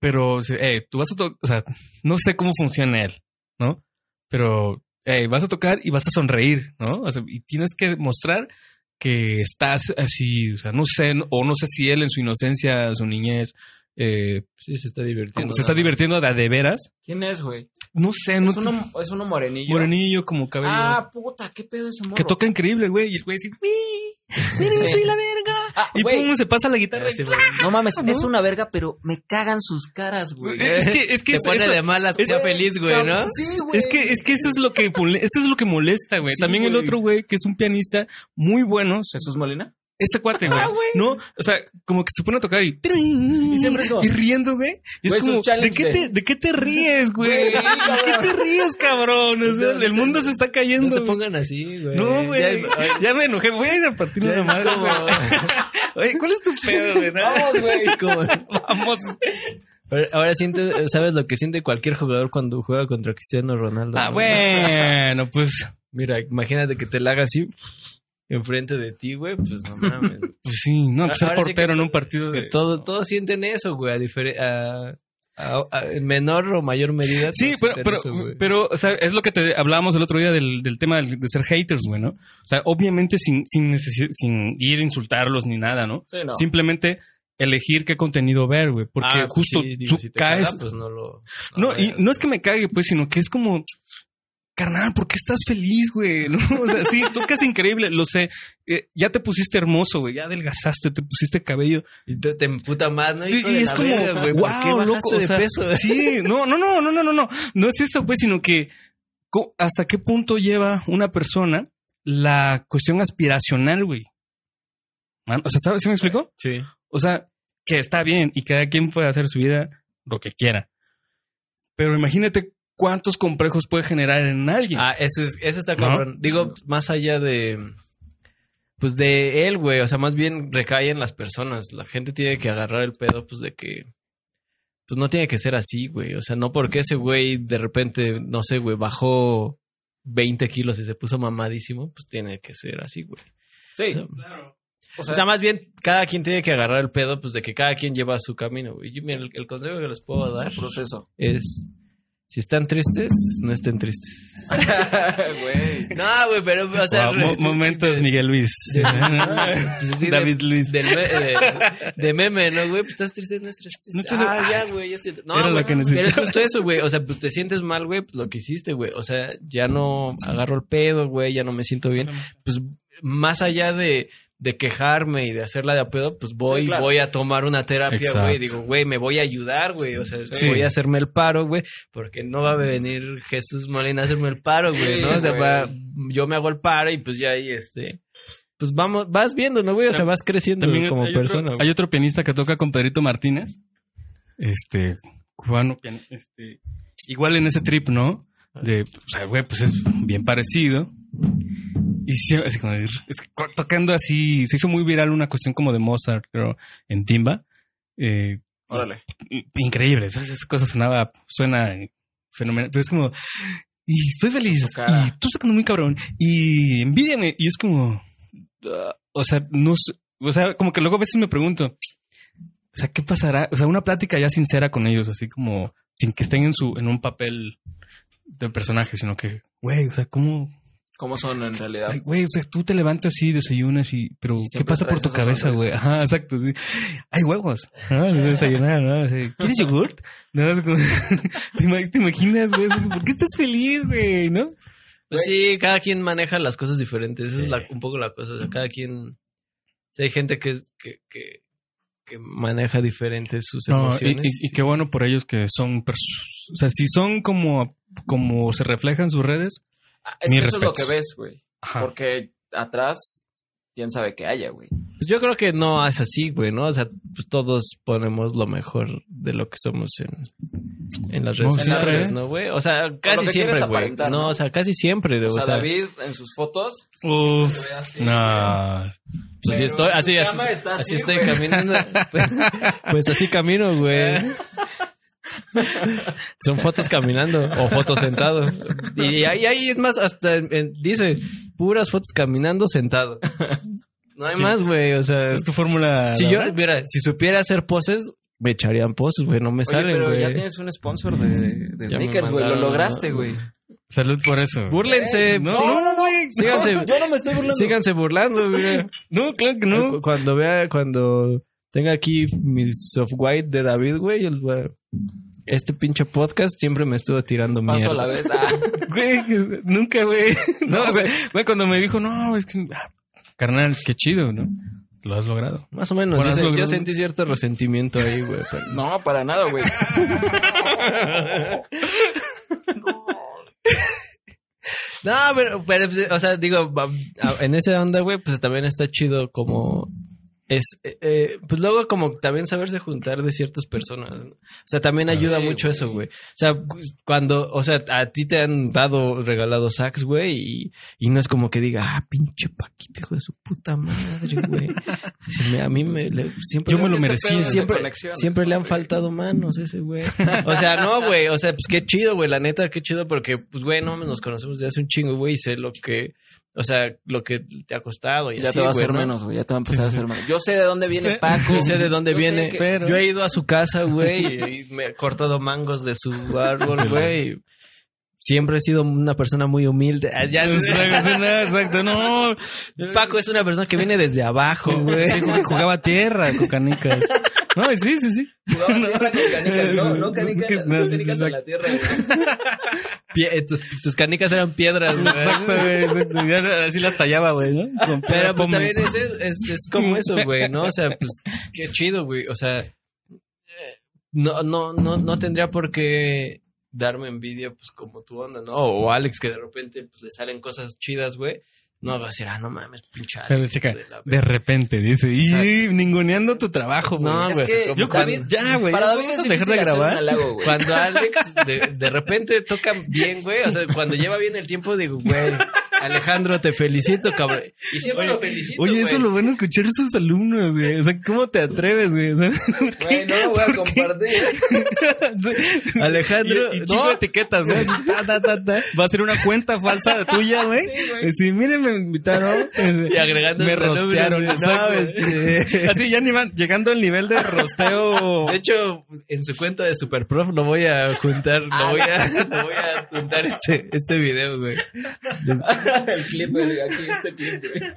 B: Pero, o sea, eh, tú vas a tocar, o sea, no sé cómo funciona él, ¿no? Pero, eh, vas a tocar y vas a sonreír, ¿no? O sea, y tienes que mostrar que estás así, o sea, no sé, no- o no sé si él en su inocencia, su niñez, eh,
A: Sí, se está
B: como
A: divirtiendo.
B: se está
A: nada más.
B: divirtiendo de a de veras,
C: ¿Quién es, güey?
B: no sé, no
C: Es
B: te-
C: uno, es uno morenillo.
B: Morenillo como cabello.
C: Ah, puta, qué pedo ese morro.
B: que toca increíble, güey. Y el güey dice,
C: Sí.
B: verga!
C: Ah,
B: Y
C: güey,
B: pum, se pasa la guitarra.
A: Ah, sí,
B: ¡Guau!
C: no mames, es una verga, pero me cagan sus caras, güey.
B: es que, es que
A: Te
B: eso-
A: pone
B: eso-
A: de malas, que
B: es-
A: sea feliz, güey, ¿no?
C: Sí, güey.
B: es que, es que eso es lo que mole- eso es lo que molesta, güey.
C: Sí,
B: También el
C: güey.
B: otro güey, que es un pianista muy bueno, se-
C: Jesús Molina.
B: Ese cuate,
C: Ah,
B: güey. no, o sea, como que se pone a tocar y, y,
C: siempre es como-
B: riendo, güey. Y es
C: Güey, es un
B: como, ¿de
C: challenge
B: qué,
C: de-
B: te, ¿de qué te ríes, güey?
C: Güey,
B: ¿De qué te ríes, cabrón? O sea, el mundo se está cayendo.
A: No se
B: güey.
A: pongan así, güey.
B: No, güey.
A: Ya-
B: Eh, Ya, me enojé. Voy a ir a partir
A: Ya
B: de la
A: es
B: madre.
A: como-
B: o sea. Oye, ¿cuál es tu pedo, güey? No,
C: Vamos, güey.
A: como-
B: Vamos.
A: Ahora- Ahora siente, ¿sabes lo que siente cualquier jugador cuando juega contra Cristiano Ronaldo?
B: Ah,
A: no?
B: bueno, pues,
A: Mira, imagínate que te la haga así enfrente de ti, güey. Pues no mames.
B: pues sí, no, pues ser
A: Ahora sí
B: portero
A: que-
B: en un partido
A: Que
B: de.
A: todo, todos sienten eso, güey. A, difere- a- a- a- en menor o mayor medida.
B: Sí,
A: todos
B: pero,
A: sienten
B: pero,
A: eso, güey.
B: pero, o sea, es lo que te hablábamos el otro día del, del tema del- de ser haters, güey, ¿no? O sea, obviamente sin, sin, necesi- sin ir a insultarlos ni nada, ¿no?
C: Sí, no.
B: Simplemente elegir qué contenido ver, güey, porque
A: Ah, pues
B: justo
A: sí, digo,
B: tú
A: si te
B: caes.
A: caga, pues no lo.
B: no, y
A: veas.
B: no es que me cague, pues, sino que es como, carnal, ¿por qué estás feliz, güey? ¿No? O sea, sí, tú que es increíble, lo sé. Eh, ya te pusiste hermoso, güey, ya adelgazaste, te pusiste cabello.
A: Y te, te emputa más, ¿no?
B: Sí,
A: Hijo
B: y
A: de
B: es
A: la
B: como,
A: verga, güey, ¿por qué
B: wow,
A: bajaste
B: loco, o
A: de
B: sea,
A: peso?
B: Sí, no, no, no, no, no, no, no. No es eso, pues, sino que co- hasta qué punto lleva una persona la cuestión aspiracional, güey. Man, o sea, ¿sabes si me explico?
A: Sí.
B: O sea, que está bien y cada quien puede hacer su vida lo que quiera. Pero imagínate cuántos complejos puede generar en alguien.
A: Ah, eso, es, eso está
B: ¿No?
A: cabrón. Digo, más allá de. Pues de él, güey. O sea, más bien recae en las personas. La gente tiene que agarrar el pedo, pues de que. Pues no tiene que ser así, güey. O sea, no porque ese güey de repente, no sé, güey, bajó 20 kilos y se puso mamadísimo, pues tiene que ser así, güey.
C: Sí.
A: O sea,
C: O
A: O sea, más bien, cada quien tiene que agarrar el pedo, pues de que cada quien lleva su camino, güey. Yo, mira, el, el consejo que les puedo dar
C: es un proceso.
A: es: si están tristes, no estén tristes.
C: Güey.
A: No, güey, pero, o sea,
B: Wow, mo-
A: sí,
B: momentos, Miguel Luis.
A: pues, sí, de-
B: David Luis.
A: del me- de, de meme, ¿no, güey? Pues estás triste, no estás triste.
B: No estás-
A: ah, ya, güey, ya estoy... No,
B: Era lo
A: güey,
B: que
A: no,
B: necesitaba.
A: Pero es justo eso, güey. O sea, pues te sientes mal, güey, pues lo que hiciste, güey. O sea, ya no agarro el pedo, güey, ya no me siento bien. Pues más allá de, de quejarme y de hacerla de a pedo, pues voy,
C: Sí, claro.
A: voy a tomar una terapia,
B: Exacto.
A: güey. Digo, güey, me voy a ayudar, güey. O sea,
B: Sí.
A: voy a hacerme el paro, güey, porque no va a venir Jesús Molina a hacerme el paro, güey,
C: Sí,
A: ¿no? O sea,
C: güey.
A: va- yo me hago el paro y pues ya ahí, este pues vamos, vas viendo, ¿no, güey? O sea, vas creciendo
B: También
A: como
B: hay
A: persona.
B: Otro,
A: güey.
B: hay otro pianista que toca con Pedrito Martínez. Este, cubano, pian- este, igual en ese trip, ¿no? De, o sea, güey, pues es bien parecido. Y sie- es como- es que co- tocando así, se hizo muy viral una cuestión como de Mozart, creo, en timba. Eh,
C: Órale.
B: increíble, esas, esas cosas sonaba, suena fenomenal, pero es como, y estoy feliz,
C: Tu cara.
B: y tú tocando muy cabrón, y envidiame, y es como, ah, o sea, no sé, o sea, como que luego a veces me pregunto, o sea, ¿qué pasará? O sea, una plática ya sincera con ellos, así como, sin que estén en su, en un papel de personaje, sino que, güey, o sea, ¿cómo?
C: ¿Cómo son en realidad?
B: Así, Güey, o sea, tú te levantas y desayunas y, pero,
C: Y
B: ¿qué
C: siempre
B: pasa por
C: traes
B: tu
C: esa
B: cabeza,
C: sonrisa.
B: güey? Ajá, exacto. sí. Hay huevos, ¿no? De Desayunar, ¿no? O sea, ¿Quieres yogurt? No, es como- ¿Te ima- te imaginas, güey? Es como, ¿Por qué estás feliz, güey? ¿No?
A: Pues sí, cada quien maneja las cosas diferentes. Esa es la- un poco la cosa. O sea, cada quien. O sea, hay gente que es que, que, que maneja diferentes sus
B: No, y,
A: emociones.
B: y- y qué bueno por ellos que son, pers- o sea, si son como, como se refleja en sus redes.
C: Ah, Es que
B: Mis
C: eso es lo que
B: respetos.
C: ves, güey. Porque atrás, quién sabe qué haya, güey.
A: Pues yo creo que no es así, güey, ¿no? O sea, pues todos ponemos lo mejor de lo que somos en, en las redes
B: No,
C: siempre,
A: sociales,
B: ¿eh?
A: ¿no, güey? O sea, casi
C: que quieres
A: siempre, güey.
C: aparentar,
A: No,
C: ¿no?
A: o sea, casi siempre.
C: O
A: O
C: sea,
A: sea,
C: David en sus fotos.
B: Uf,
C: se ve así, güey.
B: no.
A: pues así
C: Pero
A: estoy,
C: en
A: así,
C: tu
A: así,
C: cama está
A: así
C: así,
A: estoy
C: güey.
A: caminando. Pues, pues así camino, güey. Son fotos caminando o fotos sentado. Y ahí, ahí es más, hasta en- dice puras fotos caminando sentado. No hay
B: Sí.
A: más, güey. O sea,
C: Pues,
B: Es tu fórmula.
A: si yo,
B: Laura?
A: mira, si supiera hacer poses, me echarían poses, güey. No me
C: Oye,
A: salen,
C: pero
A: güey.
C: ya tienes un sponsor de, de
A: Ya me
C: sneakers, güey. Lo
A: mandaron,
C: lograste,
A: ¿no?
C: güey.
B: Salud por eso.
A: Búrlense.
C: Eh,
B: No,
A: sí,
B: no, no, no,
A: síganse,
C: yo no me estoy
A: síganse burlando, güey.
B: no, claro que no.
A: Cu- Cuando vea, cuando tenga aquí mis soft white de David, güey, yo les voy a- este pinche podcast siempre me estuvo tirando
C: Paso
A: mierda.
C: a la vez. Ah,
B: Güey, nunca, güey. No, o sea, güey, cuando me dijo, no, es que, ah, carnal, qué chido, ¿no? Lo has logrado.
A: Más o menos.
B: Bueno,
A: yo,
B: has
A: se- yo
B: logrado-
A: sentí cierto resentimiento ahí, güey. pero-
C: no, para nada, güey.
A: No, pero, pero, pues, o sea, digo, va- a- en esa onda, güey, pues también está chido como... Es, eh, eh, pues luego como también saberse juntar de ciertas personas. ¿no? O sea, también ayuda
C: Sí,
A: mucho
C: güey.
A: eso, Ah, güey. O sea, cu- cuando, o sea, a ti te han dado, regalado sacks, güey, y, y no es como que diga, ah, pinche Paquito, hijo de su puta madre, güey. Si me- a mí me, le- siempre...
B: Yo me
A: le-
B: lo
C: Es
B: merecía.
C: que pedo es de
A: Siempre-
C: conexiones,
A: Siempre le han
C: güey.
A: faltado manos a ese güey. O sea, no, güey. O sea, pues qué chido, güey. La neta, qué chido porque, pues, güey, no mames, nos conocemos desde hace un chingo, güey. Y sé lo que, o sea, lo que te ha costado. Y
C: Ya
A: así,
C: te va a
A: güey,
C: hacer
A: ¿no?
C: menos, güey. Ya te va a empezar a hacer menos. Yo sé de dónde viene Paco.
A: Yo sé de dónde
C: Yo sé
A: viene.
C: que-
B: pero-
A: Yo he ido a su casa, güey, y me he cortado mangos de su árbol, güey. Siempre he sido una persona muy humilde. Ah, ya-
B: Exacto, sí, no, exacto, no.
A: Paco es una persona que viene desde abajo, güey.
B: Dijo que jugaba tierra con canicas. No, y sí, sí, sí.
D: Jugaba tierra con canicas, no, no
B: No,
D: canicas,
B: sí,
D: no
B: sí,
D: canicas en la tierra, güey.
A: Pie- eh, tus, tus canicas eran piedras, güey.
B: Exacto, güey. exacto. Ya así las tallaba, güey, ¿no? Con
A: Pero
B: piedra
A: pues
B: pómez.
A: también es, es, es como eso, güey, ¿no? O sea, pues qué chido, güey. O sea, eh, no, no, no, no tendría por qué darme envidia, pues como tu onda, ¿no? O Alex, que de repente pues, le salen cosas chidas, güey. No va a decir, ah, no mames, pinche
B: Pero
A: Alex.
B: chica,
A: de
B: de
A: la verga".
B: repente dice, y
A: Exacto.
B: ninguneando tu trabajo, güey.
A: No,
C: Es
A: güey.
C: que
A: como
B: Yo
A: cuando,
B: David, ya, güey.
C: Para
B: ya
C: David
B: vamos
C: es
B: a dejar
C: difícil
B: de
C: hacer un
B: grabar.
C: halago, güey.
A: cuando Alex de, de repente toca bien, güey. O sea, cuando lleva bien el tiempo, digo, güey, Alejandro, te felicito, cabrón. Y siempre lo felicito,
B: Oye, eso
A: güey.
B: lo van a escuchar sus alumnos, güey. O sea, ¿cómo te atreves, güey? O sea,
D: Güey, no lo voy a compartir.
A: Alejandro,
B: y, y chingo
A: no,
B: de etiquetas, ¿no? Así, ta, ta, ta, ta. Va a ser una cuenta falsa de tuya, güey. Sí, miren, me invitaron. pues,
A: y agregando
B: Me
A: hasta números,
B: rostearon.
A: güey.
B: exacto.
A: No, este...
B: Así ya ni van llegando al nivel de rosteo.
A: De hecho, en su cuenta de Superprof lo voy a juntar, lo voy a, lo voy a juntar este, este video, güey.
D: El clip, güey, aquí este clip, güey.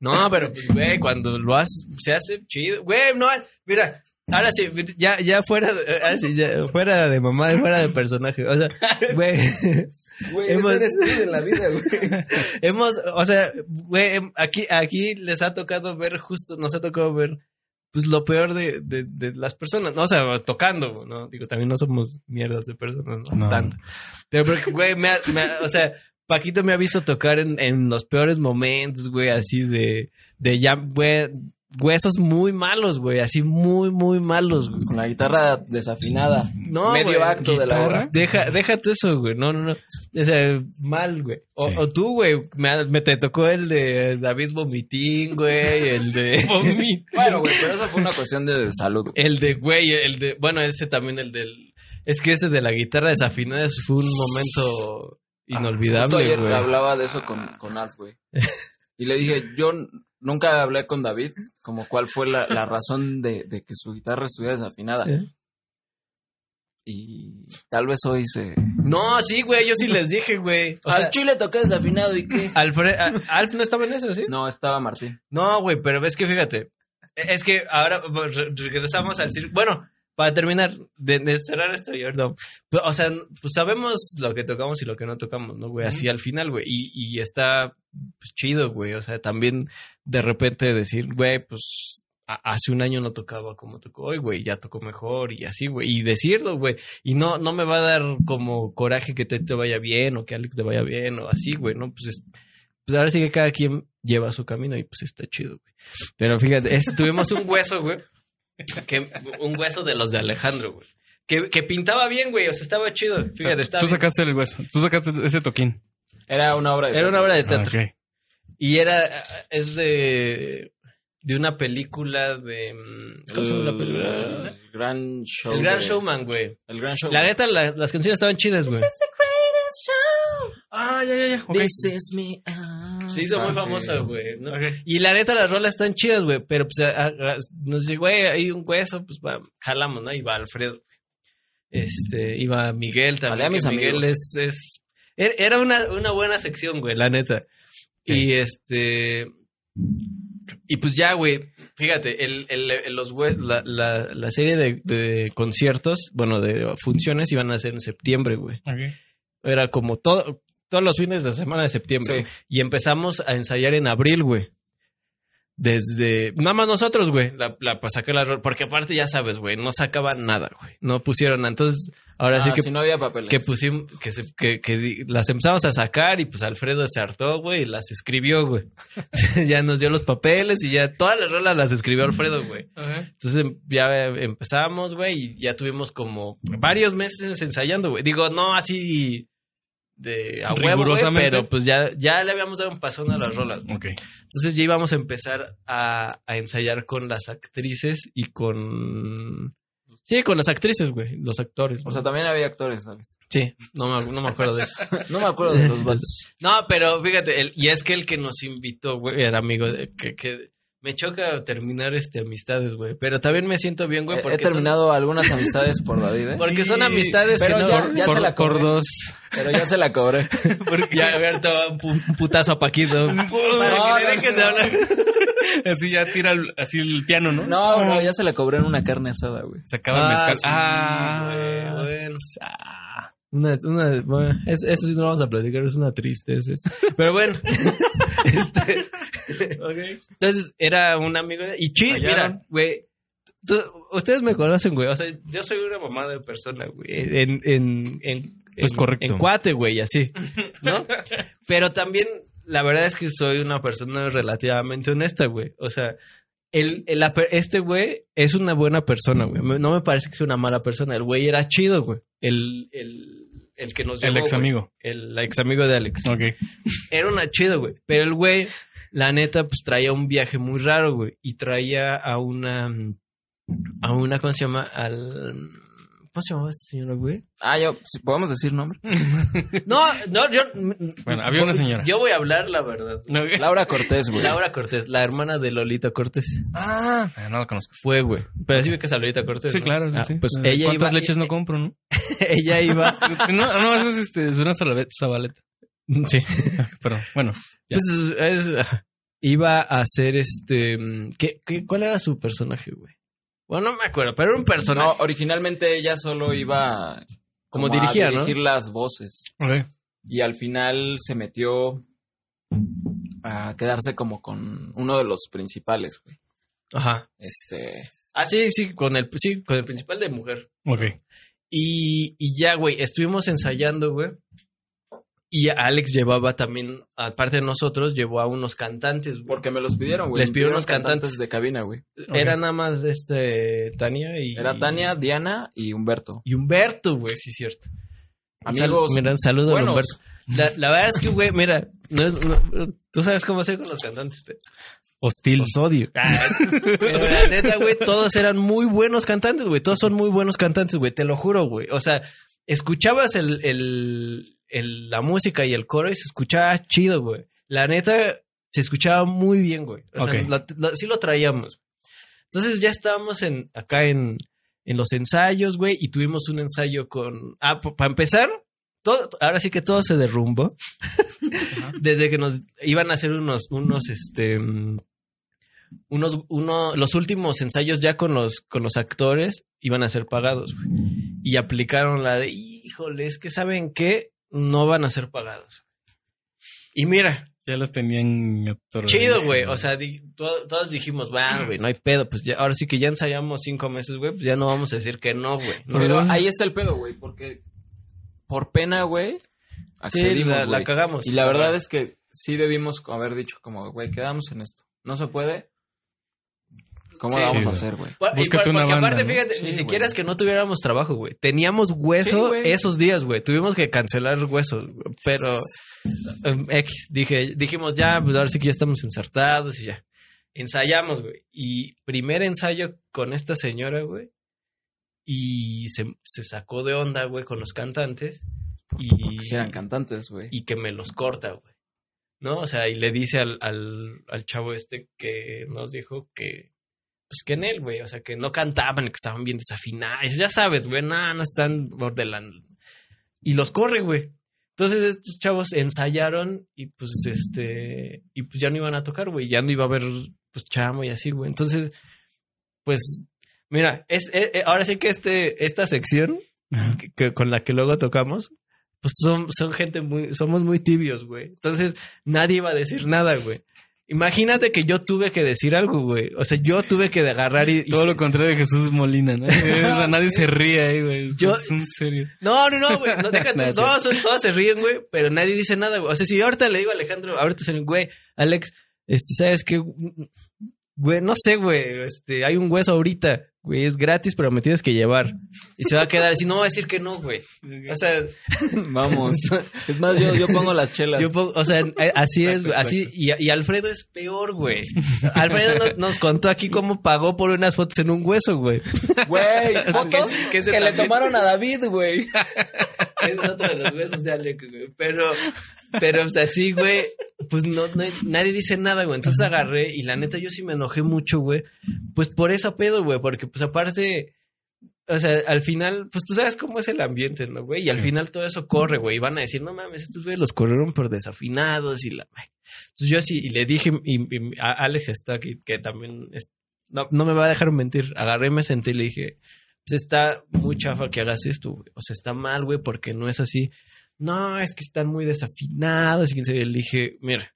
A: No, pero pues, güey, cuando lo haces, se hace chido. Güey, no, mira, ahora sí, ya, ya fuera, de- ahora sí, ya fuera de mamá y fuera de personaje. O sea, güey,
D: Güey, eso
A: Hemos-
D: eres tú en la vida, güey.
A: hemos, o sea, güey, em- aquí, aquí les ha tocado ver justo, nos ha tocado ver, pues, lo peor de, de, de las personas. No, o sea, tocando, ¿no? Digo, también no somos mierdas de personas, ¿no?
B: No.
A: Tanto. Pero, porque, güey, me ha- me ha- o sea, Paquito me ha visto tocar en, en los peores momentos, güey, así de, de ya, güey, huesos muy malos, güey, así muy, muy malos, güey.
C: Con la guitarra desafinada.
A: No,
C: medio
A: güey.
C: acto de la
B: guitarra.
C: obra.
A: Deja, deja tú eso, güey. No, no, no. O sea, mal, güey. O,
B: Sí.
A: o tú, güey. Me, ha- me te tocó el de David Vomitín, güey. El de.
C: Bueno, güey, pero eso fue una cuestión de salud, güey.
A: el de, güey. El de. Bueno, ese también, el del. Es que ese de la guitarra desafinada ese fue un momento
C: Justo
A: inolvidable,
C: ayer
A: güey.
C: hablaba de eso con, con Alf, güey. Y le dije, yo n- nunca hablé con David, como cuál fue la, la razón de, de que su guitarra estuviera desafinada.
A: ¿Eh?
C: Y tal vez hoy se...
A: No, sí, güey. Yo sí les dije, güey. O sea,
D: Al chile toqué desafinado y qué.
A: Alfred- a- Alf no estaba en eso, ¿sí?
C: No, estaba Martín.
A: No, güey, pero es que fíjate. e, Es que ahora pues, re- regresamos al circo. Bueno, para terminar de, de cerrar esto, yo, no. Pero, O sea, pues sabemos lo que tocamos y lo que no tocamos, ¿no, güey? Así al final, güey. Y, y está pues, chido, güey. O sea, también de repente decir, güey, pues a- hace un año no tocaba como tocó hoy, güey. Ya tocó mejor y así, güey. Y decirlo, güey. Y no, no me va a dar como coraje que te, te vaya bien o que Alex te vaya bien o así, güey, ¿no? Pues es- pues ahora sí que cada quien lleva su camino y pues está chido, güey. Pero fíjate, es- tuvimos un hueso, güey. que- un hueso de los de Alejandro, güey. Que, que pintaba bien, güey. O sea, estaba chido. Fíjate, estaba
B: Tú
A: bien.
B: sacaste el hueso. Tú sacaste ese toquín.
C: Era una obra de...
A: Era una obra de
B: Ah,
A: teatro.
B: ok.
A: Y era, ah, es de, de una película de... mm, ¿Cómo se llama la película?
C: El gran show.
A: El Gran
C: de-
A: Showman, güey.
C: El gran show.
A: La neta, la- las canciones estaban chidas, güey.
B: Ah, ya, ya, ya. ok.
D: This is me. ah.
A: Se hizo muy
C: Ah, sí.
A: famosa, güey. ¿no? Y la neta, las rolas están chidas, güey. Pero pues a- a- a- nos dice, güey, hay un hueso, pues va, jalamos, ¿no? Iba Alfredo. Este, iba Miguel también.
C: Vale, a mis
A: que Miguel
C: amigos.
A: es, es- er- Era una, una buena sección, güey, la neta. Y este. Y pues ya, güey. Fíjate, el, el- el- los hue- la, la- la serie de, de conciertos, bueno, de funciones iban a ser en septiembre, güey.
B: Ok.
A: Era como todo, todos los fines de semana de septiembre.
C: Sí.
A: Y empezamos a ensayar en abril, güey. Desde. Nada más nosotros, güey. La, la pues, saqué la ro- Porque aparte, ya sabes, güey, no sacaban nada, güey. No pusieron. nada. Entonces, ahora sí
C: Ah,
A: que
C: si no había papeles.
A: que pusimos, que, se- que, que di- las empezamos a sacar y pues Alfredo se hartó, güey, y las escribió, güey. ya nos dio los papeles y ya todas las rolas las escribió Alfredo, güey.
C: Ajá.
A: Entonces em- ya eh, empezamos, güey, y ya tuvimos como varios meses ensayando, güey. Digo, no así de a huevo, güey,
B: Rigurosamente.
A: pero pues ya, ya le habíamos dado un pasón a las rolas.
B: Ok.
A: Entonces ya íbamos a empezar a, a ensayar con las actrices y con... Sí, con las actrices, güey, los actores.
C: O
A: ¿no?
C: sea, también había actores, David.
A: sí, no me, no me acuerdo de eso.
C: No me acuerdo de los vatos.
A: No, pero fíjate, el- y es que el que nos invitó, güey, era amigo de- que, que me choca terminar este amistades, güey. Pero también me siento bien, güey,
C: He,
A: porque,
C: he terminado algunas amistades por David, ¿eh?
A: son, porque son amistades
C: Pero
A: que no.
C: ya- ya
B: por,
C: se la
B: por
C: cobré.
B: dos.
C: Pero ya se la cobré.
A: Ya Alberto va un, pu- un putazo a Paquito. Para que le dejes de hablar.
B: así ya tira el, así el piano, ¿no?
C: No, no, ya se la cobré en una carne asada, güey.
B: Se acaba el mezcal.
A: sí,
B: ah,
A: Ah, güey, bueno. Una, una, bueno, es- eso sí no lo vamos a platicar, es una tristeza. eso. Pero bueno, este, entonces era un amigo de- y chido,
B: Fallaron.
A: mira, güey. tú- Ustedes me conocen, güey. O sea, yo soy una mamada de persona, güey. En, en, en,
B: Es
A: en-
B: correcto.
A: En cuate, güey, así. ¿No? Pero también, la verdad es que soy una persona relativamente honesta, güey. O sea, el, el- la per- este güey es una buena persona, güey. Me- No me parece que sea una mala persona. El güey era chido, güey. El, el, el que nos llevó,
B: el ex
A: güey.
B: amigo.
A: El ex amigo de Alex.
B: Ok.
A: Era una chido, güey. Pero el güey, la neta, pues traía un viaje muy raro, güey. Y traía a una. A una, ¿cómo se llama? Al. ¿Cómo se llamaba esta señora, güey?
C: Ah, yo, ¿podemos decir nombre?
A: No, no, yo.
B: Bueno, había una señora.
A: Yo voy a hablar la verdad.
B: No, ok.
C: Laura Cortés, güey.
A: Laura Cortés, la hermana de Lolita Cortés.
B: Ah, no la conozco.
A: Fue, güey. Pero sí ve que es a Lolita Cortés.
B: Sí,
A: ¿no?
B: claro, sí,
A: Ah,
B: sí.
A: Pues
B: Eh,
A: ella
B: ¿Cuántas
A: iba,
B: leches no compro, no?
A: Ella iba.
B: No, no, eso es este, es una zabaleta. zabaleta.
A: sí.
B: Pero bueno, Ya.
A: Pues es- es- iba a ser este. mm, ¿qué, qué, cuál era su personaje, güey? Bueno, no me acuerdo, pero era un
C: No,
A: personaje.
C: originalmente ella solo iba
A: Como dirigía,
C: a
A: ¿no?
C: dirigir las voces.
B: ok.
C: Y al final se metió a quedarse como con uno de los principales, güey.
A: Ajá.
C: Este,
A: Ah, sí, sí, con el, sí, con el principal de mujer.
B: Ok.
A: Y, y ya, güey, estuvimos ensayando, güey. Y Alex llevaba también, aparte de nosotros, llevó a unos cantantes, güey.
C: porque me los pidieron, güey.
A: Les
C: Me
A: pidió
C: pidieron
A: unos cantantes.
C: de cabina, güey.
A: Era
B: Ok.
A: nada más este Tania y.
C: Era Tania, Diana y Humberto.
A: Y Humberto, güey, sí, cierto.
C: Amigos,
A: Sal- mira, un saludo a
C: buenos.
A: Humberto. La, la verdad es que, güey, mira, no es- no- tú sabes cómo soy con los cantantes. pe-
B: Hostil.
A: Los odio. Pero la neta, güey, todos eran muy buenos cantantes, güey. Todos son muy buenos cantantes, güey. Te lo juro, güey. O sea, escuchabas el, el, el- la música y el coro y se escuchaba chido, güey. La neta, se escuchaba muy bien, güey. O sea,
B: Ok.
A: la- la- sí lo traíamos. Entonces ya estábamos en, acá en, en los ensayos, güey, y tuvimos un ensayo con... Ah, para empezar, todo, ahora sí que todo se derrumbó. Desde que nos iban a hacer unos, unos, este... mm, Unos, uno, los últimos ensayos ya con los, con los actores iban a ser pagados, güey. Y aplicaron la de, híjole, es que ¿saben qué? No van a ser pagados. Y mira,
B: Ya los tenían
A: Chido, güey. O sea, di- to- todos dijimos, va, güey, no hay pedo. Pues ya, ahora sí que ya ensayamos cinco meses, güey, pues ya no vamos a decir que no, güey. ¿no?
C: Pero ahí está el pedo, güey, porque por pena, güey,
A: Sí,
C: accedimos,
A: la, la
C: güey.
A: cagamos.
C: Y la verdad es que sí debimos haber dicho como, güey, quedamos en esto. No se puede. ¿Cómo
A: Sí.
C: la vamos a
B: Sí,
C: hacer, güey?
A: Por- y
B: búscate
A: por-
B: una
A: porque
B: banda,
A: aparte,
B: ¿no?
A: fíjate,
C: Sí,
A: ni
C: güey.
A: siquiera es que no tuviéramos trabajo, güey. Teníamos hueso
C: Sí, güey.
A: esos días, güey. Tuvimos que cancelar huesos, güey. pero em, X, dije, dijimos ya, pues ahora sí que ya estamos ensartados y ya. Ensayamos, güey. Y primer ensayo con esta señora, güey. Y se, se sacó de onda, güey, con los cantantes. Y,
C: Porque si eran cantantes, güey.
A: y que me los corta, güey. ¿No? O sea, y le dice al, al, al chavo este que nos dijo que, pues que en él, güey, o sea, que no cantaban, que estaban bien desafinados, ya sabes, güey, no, no están bordelando. Y los corre, güey. Entonces estos chavos ensayaron y pues este, y pues ya no iban a tocar, güey, ya no iba a haber pues chamo y así, güey. Entonces, pues, mira, es, eh, eh, ahora sí que este, esta sección que- que- con la que luego tocamos, pues son, son gente muy, somos muy tibios, güey. Entonces, nadie iba a decir nada, güey. Imagínate que yo tuve que decir algo, güey. O sea, yo tuve que agarrar y... y-
B: Todo lo contrario de Jesús Molina, ¿no? A nadie se ríe ahí, güey.
A: Yo-
B: Es en serio.
A: No, no, no, güey. No, déjate.
B: No, sí.
A: todos, son- todos se ríen, güey, pero nadie dice nada, güey. O sea, si yo ahorita le digo a Alejandro, ahorita se güey, Alex, este, ¿sabes qué? Güey, no sé, güey. Este, hay un hueso ahorita. Güey, es gratis, pero me tienes que llevar. Y se va a quedar así, no va a decir que no, güey. O sea,
D: Vamos. Es más, yo, yo pongo las chelas.
A: yo pongo- o sea, a- así es, güey.
B: Exacto,
A: Así, y, y Alfredo es peor, güey. Alfredo no- nos contó aquí cómo pagó por unas fotos en un hueso, güey.
D: Güey, fotos
A: que-
D: que,
A: que ese
D: le
A: también.
D: tomaron a David, güey.
A: Ese Es otro de los besos de Alec, güey. Pero, pero, o sea, sí, güey. Pues no, no- nadie dice nada, güey. Entonces agarré y la neta yo sí me enojé mucho, güey. Pues por esa pedo, güey. Porque, pues aparte, o sea, al final, pues tú sabes cómo es el ambiente, ¿no, güey? Y al
B: Sí.
A: final todo eso corre, güey. Y van a decir, no mames, estos güeyes los corrieron por desafinados y la. Entonces yo sí, y le dije, y, y a Alex está aquí, que también es- no, no me va a dejar mentir. Agarré, me senté y le dije, pues está muy chafa que hagas esto, güey. O sea, está mal, güey, porque no es así. No, es que están muy desafinados. Y quién sabe. le dije, mira,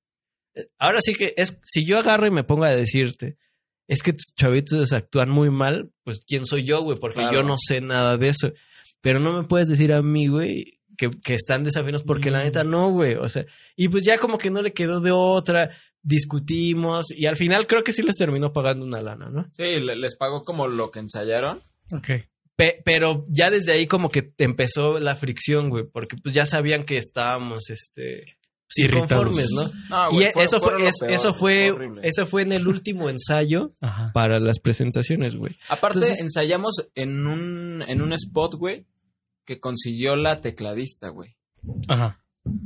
A: eh, ahora sí que es, si yo agarro y me pongo a decirte, es que tus chavitos actúan muy mal, pues quién soy yo, güey, porque
D: Claro.
A: yo no sé nada de eso. Pero no me puedes decir a mí, güey, que, que están desafinados, porque
C: Mm.
A: la neta no, güey. O sea, y pues ya como que no le quedó de otra, discutimos y al final creo que sí les terminó pagando una lana, ¿no?
C: Sí, le- les pagó como lo que ensayaron.
B: Ok.
A: Pe- pero ya desde ahí como que empezó la fricción, güey, porque pues ya sabían que estábamos, este, pues,
B: Irritados.
A: inconformes, ¿no?
C: Ah,
A: y
C: güey,
A: e-
C: fueron-
A: eso fue,
C: fueron lo
A: es-
C: peor,
A: eso fue,
C: horrible.
A: eso fue en el último ensayo
B: Ajá.
A: para las presentaciones, güey.
C: Aparte,
A: Entonces-
C: ensayamos en un, en un spot, güey, que consiguió la tecladista, güey.
B: Ajá.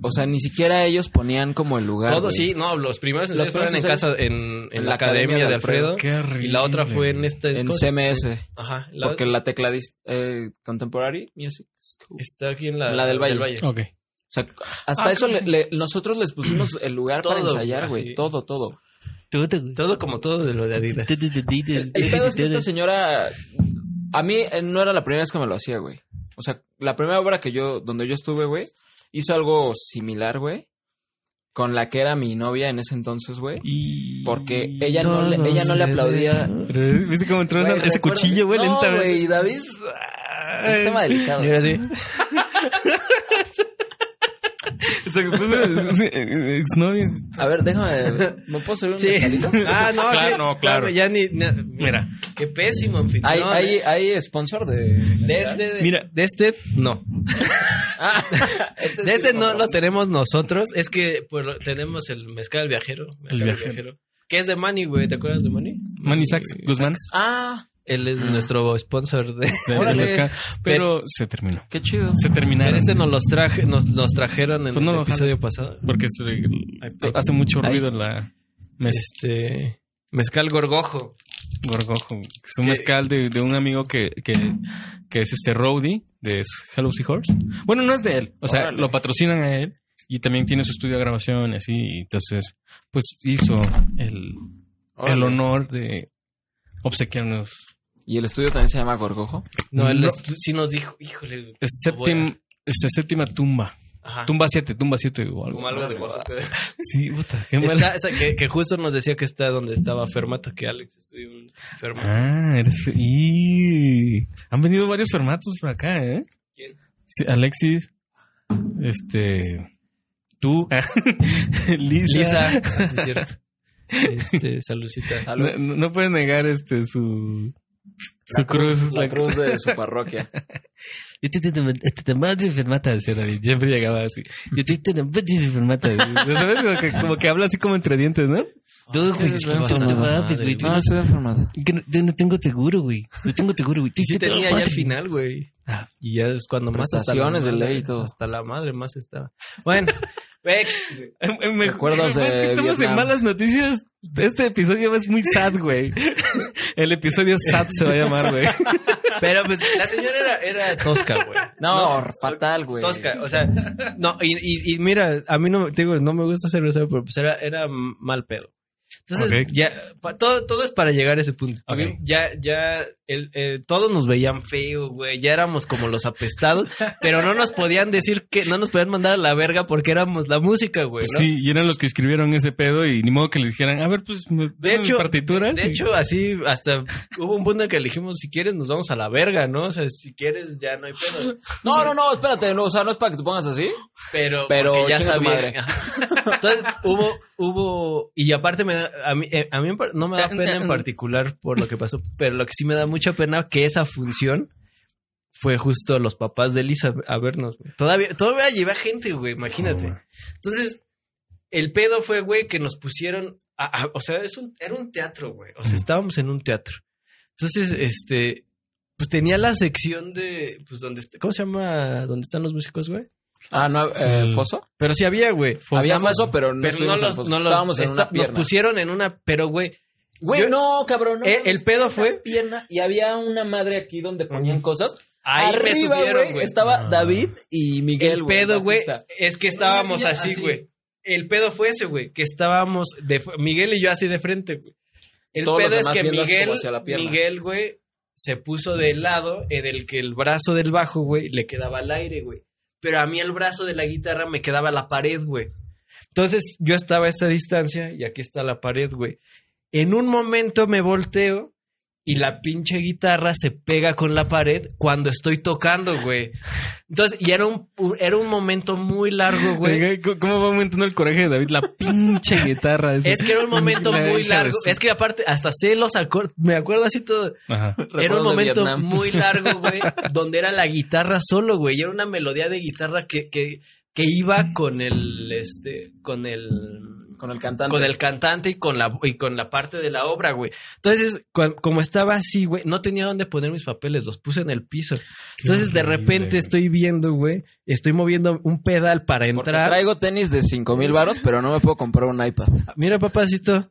C: O sea, ni siquiera ellos ponían como el lugar.
A: Todo
C: güey.
A: sí, no, los primeros
C: Los
A: ensayos fueron en
C: primeros
A: casa, en, en la academia de Alfredo.
B: Qué horrible.
A: Y la otra fue en este...
C: En
A: ¿cómo se-
C: CMS.
A: Ajá, la-
C: Porque la tecladista. eh, Contemporary Music School.
A: está aquí en la,
C: la del Valle.
A: este-
B: Ok.
C: O sea, hasta
B: Ah,
C: eso le- le- nosotros les pusimos el lugar para
A: Todo,
C: ensayar, güey.
A: así.
C: Todo, todo.
A: Todo como todo de lo de Adidas.
C: El pedo es que esta señora. A mí eh, no era la primera vez que me lo hacía, güey. O sea, la primera obra que yo. Donde yo estuve, güey. Hizo algo similar, güey. Con la que era mi novia en ese entonces, güey. Porque ella no le, ella no le aplaudía.
B: Pero, ¿Viste cómo entró esa-
C: Güey,
B: ese
C: recuerda-
B: cuchillo, güey?
C: No,
B: lentamente?
C: güey, David. Es tema delicado.
A: Mira, sí.
B: Hasta que puso su- su- exnovia.
C: A ver, déjame. ¿Me puedo subir un
A: Sí.
C: escalito?
A: Ah, no,
B: Claro,
A: sí.
B: no, claro.
A: Ya ni, na-
B: Mira,
A: Qué pésimo anfitrión.
C: ¿Hay, hay,
A: eh.
C: hay sponsor de.
A: De este, de-
B: Mira.
A: de este, no.
C: Ah, este
A: De
C: sí
A: este no
C: lo
A: lo
C: compramos.
A: tenemos nosotros. Es que pues, lo- tenemos el mezcal del viajero. mezcal del
B: viajero.
A: Que es de Manny, güey. ¿Te acuerdas de Manny?
B: Manny Sachs Guzmán.
C: Ah,
A: Él es nuestro sponsor de...
B: de-
C: Órale.
B: de Mezcal. Pero se terminó.
C: qué chido.
B: Se
A: Pero
B: terminaron.
A: este nos los traje, nos los trajeron en
B: Pues no
A: el
B: lo
A: episodio pasado.
B: Porque se- hace mucho
A: Ay.
B: ruido la mezcal.
A: Este... Mezcal gorgojo.
B: Gorgojo. Es un
A: Que-
B: mezcal de, de un amigo que, que, que es este Rowdy de Hello Seahorse. Bueno, no es de él. O sea,
C: Órale.
B: lo patrocinan a él y también tiene su estudio de grabación y así. y entonces, pues hizo el, el honor de obsequiarnos.
C: Y el estudio también se llama Gorgojo.
A: No, él
B: No.
A: estu- sí nos dijo, híjole.
B: Es séptim-
A: Bueno.
B: esta séptima tumba.
A: Ajá.
B: Tumba 7, tumba 7 o algo.
A: Como algo de Oaxaca.
B: Sí, puta, qué mal.
A: Está- o sea, que, que justo nos decía que está donde estaba Fermato, que Alex estudió en Fermato.
B: Ah, eres. fe- ¡Y! Han venido varios formatos por acá, ¿eh?
A: ¿Quién?
B: Sí, Alexis. Este. Tú. Lisa.
A: Lisa, ah, sí es cierto. Este, saludcita.
C: Salud.
B: No, no puedes negar este su. Su cruz, es
C: La
B: la cruz.
C: cruz de su parroquia.
B: Este te este te madre fermata, decía David. Siempre llegaba así. Yo te te madre fermata. ¿Sabes? Como que, como que habla así como entre dientes, ¿no?
A: Todo
B: güey,
A: que
B: que está enfermado, güey.
A: No,
C: estoy informado.
B: Yo no tengo seguro, güey. No tengo seguro, güey.
A: y sí tenía ya al final, güey.
B: Ah.
A: Y ya es cuando más hasta la
C: Prestaciones de
A: madre-
C: ley y todo.
A: Hasta la madre más estaba. Bueno, Vex, güey.
B: Em, Me
C: Recuerdos de
B: estamos en
C: Vietnam.
B: malas noticias. Este episodio es muy sad, güey. El episodio sad se va a llamar, güey.
A: pero pues la señora era, era tosca, güey.
C: No, fatal, güey.
A: Tosca, o sea, no, y, y- y mira, a mí no, te digo, no me gusta ser grosero, pero pues era, era mal pedo. Entonces,
B: Ok.
A: ya, pa- todo, todo es para llegar a ese punto. A mí
B: Ok.
A: ya, ya el- eh, todos nos veían feo, güey. Ya éramos como los apestados, pero no nos podían decir que, no nos podían mandar a la verga porque éramos la música, güey.
B: Pues
A: ¿no?
B: sí, y eran los que escribieron ese pedo y ni modo que les dijeran, a ver, pues, me-
A: De
B: dame mis
A: hecho,
B: partituras.
A: de
B: y-
A: hecho, así hasta hubo un punto en que le dijimos, si quieres nos vamos a la verga, ¿no? O sea, si quieres ya no hay pedo.
C: No, no, no, espérate, no, o sea, no es para que te pongas así.
A: Pero,
C: Pero
A: porque ya
C: chinga tu
A: sabía.
C: madre.
A: Entonces hubo, hubo, y aparte me da- a mí, eh, a mí en par- no me da pena en particular por lo que pasó, pero lo que sí me da mucha pena que esa función fue justo los papás de Lisa a vernos. güey. Todavía, todavía lleva gente, güey, imagínate. Entonces, el pedo fue, güey, que nos pusieron. a- a- o sea, es un, era un teatro, güey. O sea,
B: Ujú.
A: estábamos en un teatro. Entonces, este. Pues tenía la sección de. Pues donde. est- ¿Cómo se llama? ¿Dónde están los músicos, güey?
C: Ah, no, eh,
B: El-
C: ¿foso?
A: Pero sí había, güey.
C: Había
A: Fosos,
C: foso, pero no
A: Pero no
C: estuvimos en
A: los.
C: foso.
A: no los-
C: Estábamos en
A: está-
C: una
A: nos
C: pierna.
A: pusieron en una. Pero, güey.
D: Güey,
A: Yo-
D: no, cabrón. no
A: eh,
D: mames,
A: el pedo
D: una
A: fue.
D: Pierna, y había una madre aquí donde ponían cosas.
A: Ahí me
D: Arriba,
A: subieron,
D: güey,
A: güey.
D: estaba
B: Ah.
D: David y Miguel,
A: el pedo, güey,
D: bajista.
A: es que estábamos
D: Una silla
A: así,
D: así.
A: güey. El pedo fue ese, güey, que estábamos de fu- Miguel y yo así de frente, güey. El
C: Todos los
A: pedo es
C: demás
A: que
C: viendo así
A: Miguel,
C: como hacia la pierna.
A: Miguel, güey, se puso de lado en el que el brazo del bajo, güey, le quedaba al aire, güey. Pero a mí el brazo de la guitarra me quedaba a la pared, güey. Entonces yo estaba a esta distancia y aquí está la pared, güey. En un momento me volteo y la pinche guitarra se pega con la pared cuando estoy tocando, güey. Entonces, y era un, era un momento muy largo, güey.
B: Oiga, ¿cómo- ¿Cómo va aumentando el coraje de David? La pinche guitarra. esa.
A: Es que era un momento
B: La hija
A: muy
B: de
A: largo.
B: su-
A: Es que aparte, hasta sé los acordes, me acuerdo así todo.
B: Ajá.
A: era un
C: Recuerdos de
A: momento
C: Vietnam.
A: muy largo, güey, donde era la guitarra solo, güey. Y era una melodía de guitarra que, que, que iba con el, este, con el,
C: Con el cantante.
A: con el cantante y con la y con la parte de la obra, güey. Entonces, cu- como estaba así, güey, no tenía dónde poner mis papeles, los puse en el piso. Entonces, de
B: horrible,
A: repente
B: güey.
A: estoy viendo, güey, estoy moviendo un pedal para
C: Porque
A: entrar.
C: traigo tenis de 5 mil varos, pero no me puedo comprar un iPad.
A: Mira, papacito.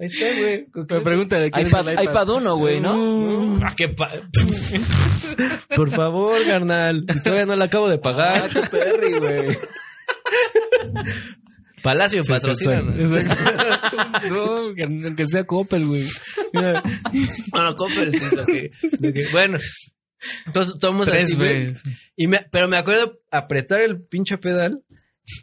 A: Ahí está, güey. ¿Con qué-
B: Pero pregúntale, ¿quién
C: iPad,
B: es el
C: iPad? 1, güey, ¿no?
A: No, ah, qué pa- Por favor, carnal. Y Todavía no la acabo de pagar.
C: tu Perry, güey.
A: Palacio,
B: Sí, sí,
A: patrocina.
B: sí, exacto. No, que- aunque sea Coppel, güey. Mira,
A: Bueno, Copper, sí, lo que- lo que- Bueno. Entonces, tomamos
B: tres
A: así, güey.
B: veces.
A: Y me- pero me acuerdo apretar el pinche pedal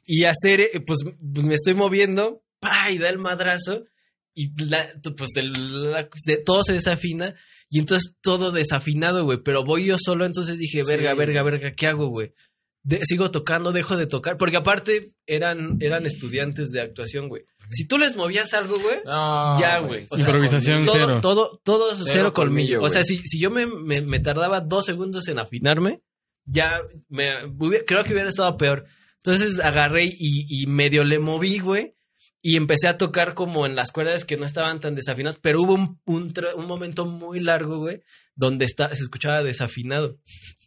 A: y hacer, eh, pues, pues, me estoy moviendo, ¡pa! y da el madrazo, y la- pues el- la- de- todo se desafina, y entonces todo desafinado, güey, pero voy yo solo, entonces dije, verga,
C: Sí.
A: verga, verga, ¿qué hago, güey? De- sigo tocando, dejo de tocar, porque aparte eran, eran estudiantes de actuación, güey. Si tú les movías algo, güey,
C: No,
A: Ya, güey.
C: O sea,
B: Improvisación.
A: todo,
B: cero.
A: Todo, todo cero,
C: Cero
A: colmillo.
C: colmillo,
A: o sea,
C: güey.
A: si, si yo me, me- me tardaba dos segundos en afinarme, ya me, hubi- creo que hubiera estado peor. Entonces agarré y, y medio le moví, güey. Y empecé a tocar como en las cuerdas que no estaban tan desafinadas, pero hubo un, un tra- un momento muy largo, güey, donde está, se escuchaba desafinado.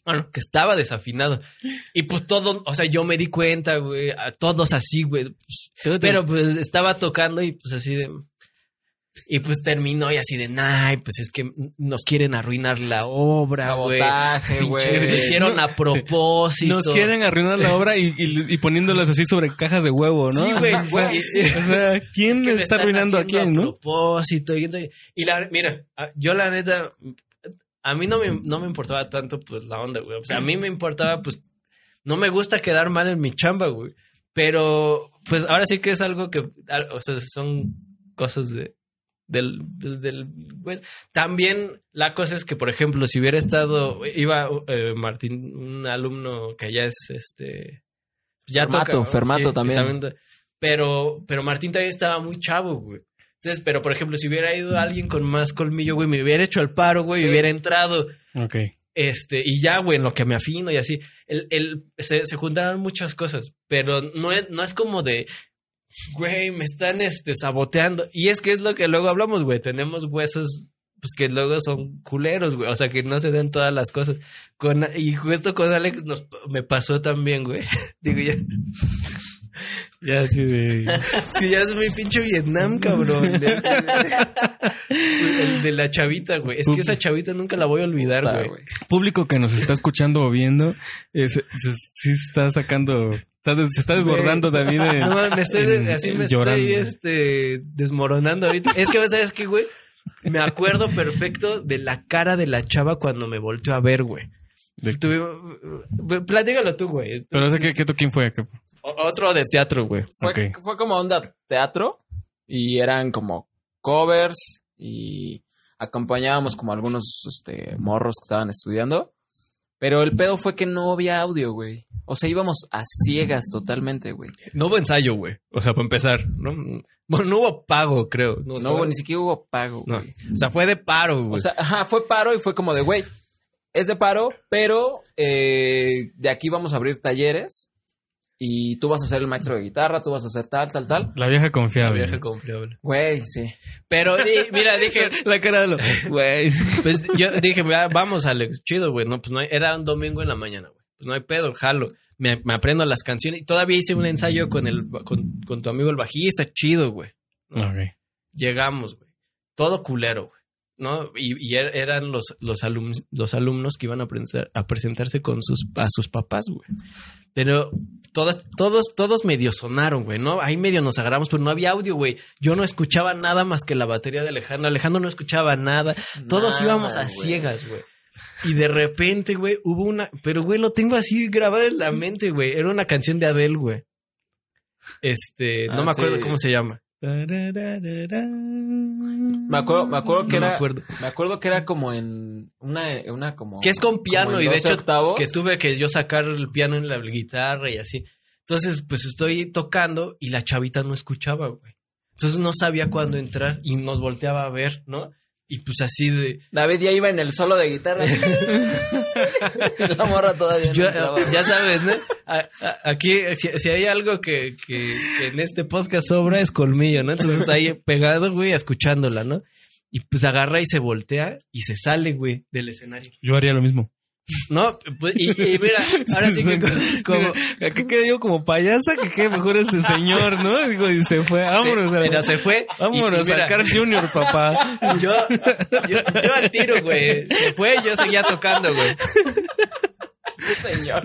A: Bueno, que estaba desafinado. Y pues todo, o sea, yo me di cuenta, güey, a todos así, güey. Pero pues estaba tocando y pues así de... Y pues terminó y así de, nah, pues es que nos quieren arruinar la obra, güey.
C: Sabotaje,
A: Pinches, lo
C: güey.
A: hicieron a propósito.
B: Nos quieren arruinar la obra y, y- y poniéndolas así sobre cajas de huevo, ¿no?
A: Sí, güey,
B: O sea,
A: güey.
B: o sea, ¿quién
A: Es que lo
B: está
A: están
B: arruinando a
A: haciendo
B: quién, no?
A: propósito. Y, entonces- y la, mira, a- yo la neta, a mí no me, no me importaba tanto pues la onda, güey. O sea, a mí me importaba pues, no me gusta quedar mal en mi chamba, güey. Pero pues ahora sí que es algo que, al- o sea, son cosas de... Del, pues, del- pues, también la cosa es que, por ejemplo, si hubiera estado, iba eh, Martín, un alumno que ya es este, ya
C: Fermato,
A: toca, ¿no?
C: Fermato
A: que
C: también.
A: to- pero, pero Martín también estaba muy chavo, güey. Entonces, pero por ejemplo, si hubiera ido alguien con más colmillo, güey, me hubiera hecho al paro, güey,
C: Sí.
A: y hubiera entrado.
B: Ok.
A: Este, y ya, güey, en lo que me afino y así. El, el, se, se juntaron muchas cosas, pero no es, no es como de, güey, me están este, saboteando. Y es que es lo que luego hablamos, güey. Tenemos huesos, pues que luego son culeros, güey. O sea, que no se den todas las cosas. Con, y justo con Alex nos, me pasó también, güey. Digo, ya,
B: Ya así de...
A: es que ya es mi pinche Vietnam, cabrón. El de la chavita, güey. Es que esa chavita nunca la voy a olvidar,
C: Puta,
A: güey.
C: güey.
B: Público que nos está escuchando o viendo, eh, se, se- sí se está sacando... está des- se está desbordando David de-
A: No, me estoy,
B: en-
A: así
B: en
A: me
B: llorando.
A: estoy este, desmoronando ahorita. Es que, ¿sabes qué, güey? Me acuerdo perfecto de la cara de la chava cuando me volteó a ver, güey.
B: De-
A: Tuve- Platícalo tú, güey.
B: Pero ese que, que tú, ¿quién fue? ¿Qué-
A: O- Otro de teatro, güey.
C: Fue,
B: Ok.
C: fue como onda teatro y eran como covers y acompañábamos como algunos este, morros que estaban estudiando. Pero el pedo fue que no había audio, güey. O sea, íbamos a ciegas totalmente, güey.
A: No hubo ensayo, güey. O sea, para empezar. ¿no? Bueno, no hubo pago, creo. No,
C: No hubo, ni siquiera hubo pago,
A: No.
C: güey.
A: O sea, fue de paro, güey.
C: O sea, ajá, fue paro y fue como de, güey, es de paro, pero eh, de aquí vamos a abrir talleres y tú vas a ser el maestro de guitarra, tú vas a ser tal, tal, tal.
B: La vieja
A: la
B: confiable.
A: vieja confiable.
C: Güey, sí.
A: Pero di- mira, dije,
B: La cara de lo... Güey.
A: pues yo dije, "Va- vamos, Alex, chido, güey. No, pues no hay- era un domingo en la mañana, güey. Pues no hay pedo, jalo. Me, me aprendo las canciones. Y todavía hice un ensayo con el con, con tu amigo el bajista, chido, güey.
B: Ok.
A: Llegamos, güey. Todo culero, güey. ¿No? Y, y er- eran los, los, alum- los alumnos que iban a, presen- a presentarse con sus, a sus papás, güey. Pero todas, todos, todos medio sonaron, güey, ¿no? Ahí medio nos agarramos, pero no había audio, güey. Yo no escuchaba nada más que la batería de Alejandro. Alejandro no escuchaba nada. Todos
C: Nada,
A: íbamos a
C: güey.
A: ciegas, güey. Y de repente, güey, hubo una. Pero, güey, lo tengo así grabado en la mente, güey. Era una canción de Adele, güey. Este, no
C: Ah,
A: me acuerdo
C: sí.
A: cómo se llama.
B: Me
C: Me acuerdo, me acuerdo que
A: No me
C: era,
A: acuerdo.
C: me acuerdo que era como en una, una como.
A: Que es con piano
C: como en
A: y de
C: 12
A: hecho
C: octavos.
A: que tuve que yo sacar el piano en la guitarra y así. Entonces, pues estoy tocando y la chavita no escuchaba, güey. Entonces no sabía cuándo entrar y nos volteaba a ver, ¿no? Y pues así de...
C: David ya iba en el solo de guitarra. la morra todavía.
A: pues, yo-
C: no entraba.
A: ya sabes, ¿no? A- a- aquí, si, si hay algo que, que- que en este podcast sobra es colmillo, ¿no? Entonces ahí pegado, güey, escuchándola, ¿no? Y pues agarra y se voltea y se sale, güey, del escenario.
B: Yo haría lo mismo.
A: No, pues, y, y mira, ahora sí que co- como,
B: Aquí quedé yo como payasa que qué mejor este señor, ¿no? Digo, y se fue. Vámonos
A: se,
B: a la-
A: mira, se fue. y-
B: Vámonos
A: y mira,
B: a Carl Junior, papá.
A: Yo, yo, yo al tiro, güey. Se fue, yo seguía tocando, güey.
C: señor.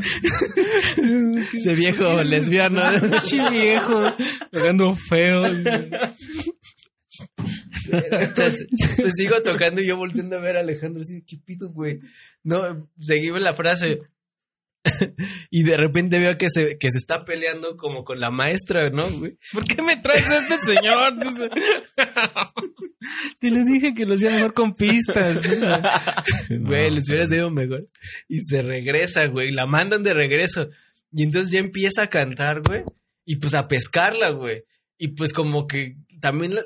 A: Ese viejo lesbiano.
B: Pinche viejo. Pegando feo.
A: Entonces, pues, sigo tocando y yo volteando a ver a Alejandro así, qué pito, güey. No, seguí con la frase. Y de repente veo que se, que se está peleando como con la maestra, ¿no, güey?
B: ¿Por qué me traes a este señor? Te lo dije que lo hacía mejor con pistas.
A: Güey, les hubiera sido mejor. Y se regresa, güey. La mandan de regreso. Y entonces ya empieza a cantar, güey. Y pues a pescarla, güey. Y pues como que también la,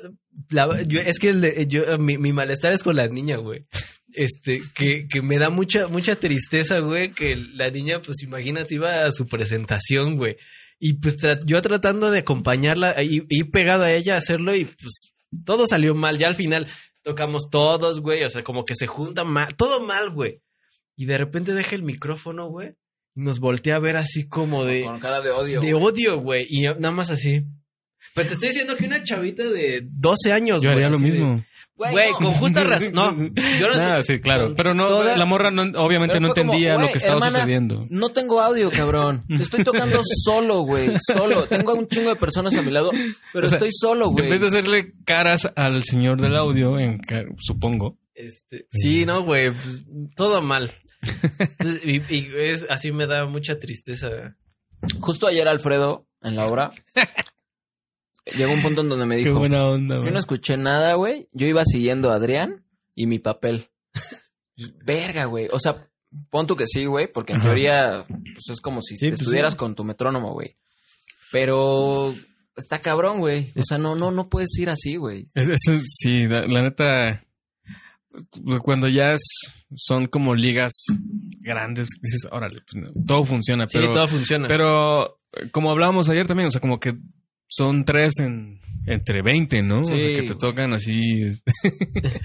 A: la- yo, es que le- yo, mi, mi malestar es con la niña, güey. Este, que, que me da mucha, mucha tristeza, güey, que la niña, pues imagínate, iba a su presentación, güey. Y pues tra- yo tratando de acompañarla y, y pegado a ella a hacerlo y pues todo salió mal. Ya al final tocamos todos, güey. O sea, como que se junta mal, todo mal, güey. Y de repente deja el micrófono, güey. Y nos voltea a ver así como de
C: Con cara de odio.
A: de odio, güey. Y nada más así. Pero te estoy diciendo que una chavita de 12 años,
B: Yo haría
A: güey,
B: lo
A: así de-
B: mismo.
A: Güey, con justa razón. No, yo no
B: Ah,
A: sé-
B: sí, claro. Pero no,
A: Toda-
B: la morra no- obviamente
C: Pero
B: no
C: fue como,
B: entendía lo
C: "Güey,
B: que estaba
C: hermana,
B: sucediendo.
C: No tengo audio, cabrón. Te estoy tocando solo, güey. Solo. Tengo a un chingo de personas a mi lado, pero
B: O sea,
C: estoy solo, güey.
B: En vez de hacerle caras al señor del audio, en ca- supongo.
A: este, sí, no, güey. pues, todo mal. Entonces, y y es, así me da mucha tristeza.
C: Justo ayer Alfredo, en la obra, llegó un punto en donde me
B: Qué
C: dijo,
B: buena onda,
C: yo
B: güey.
C: no escuché nada, güey. Yo iba siguiendo a Adrián y mi papel. Verga, güey. O sea, pon tú que sí, güey, porque en
B: Ajá.
C: teoría pues, es como si
B: Sí,
C: te
B: pues,
C: estuvieras
B: sí.
C: con tu metrónomo, güey. Pero está cabrón, güey. O sea, no, no, no puedes ir así, güey.
B: Es- eso es- sí, la, la neta, pues, cuando ya es- son como ligas grandes, dices, órale, pues, no, todo funciona,
A: Sí,
B: pero,
A: todo funciona.
B: pero eh, como hablábamos ayer también, o sea, como que son tres en, entre 20, ¿no? o
C: Sí,
B: sea, que te
C: güey.
B: tocan así, este,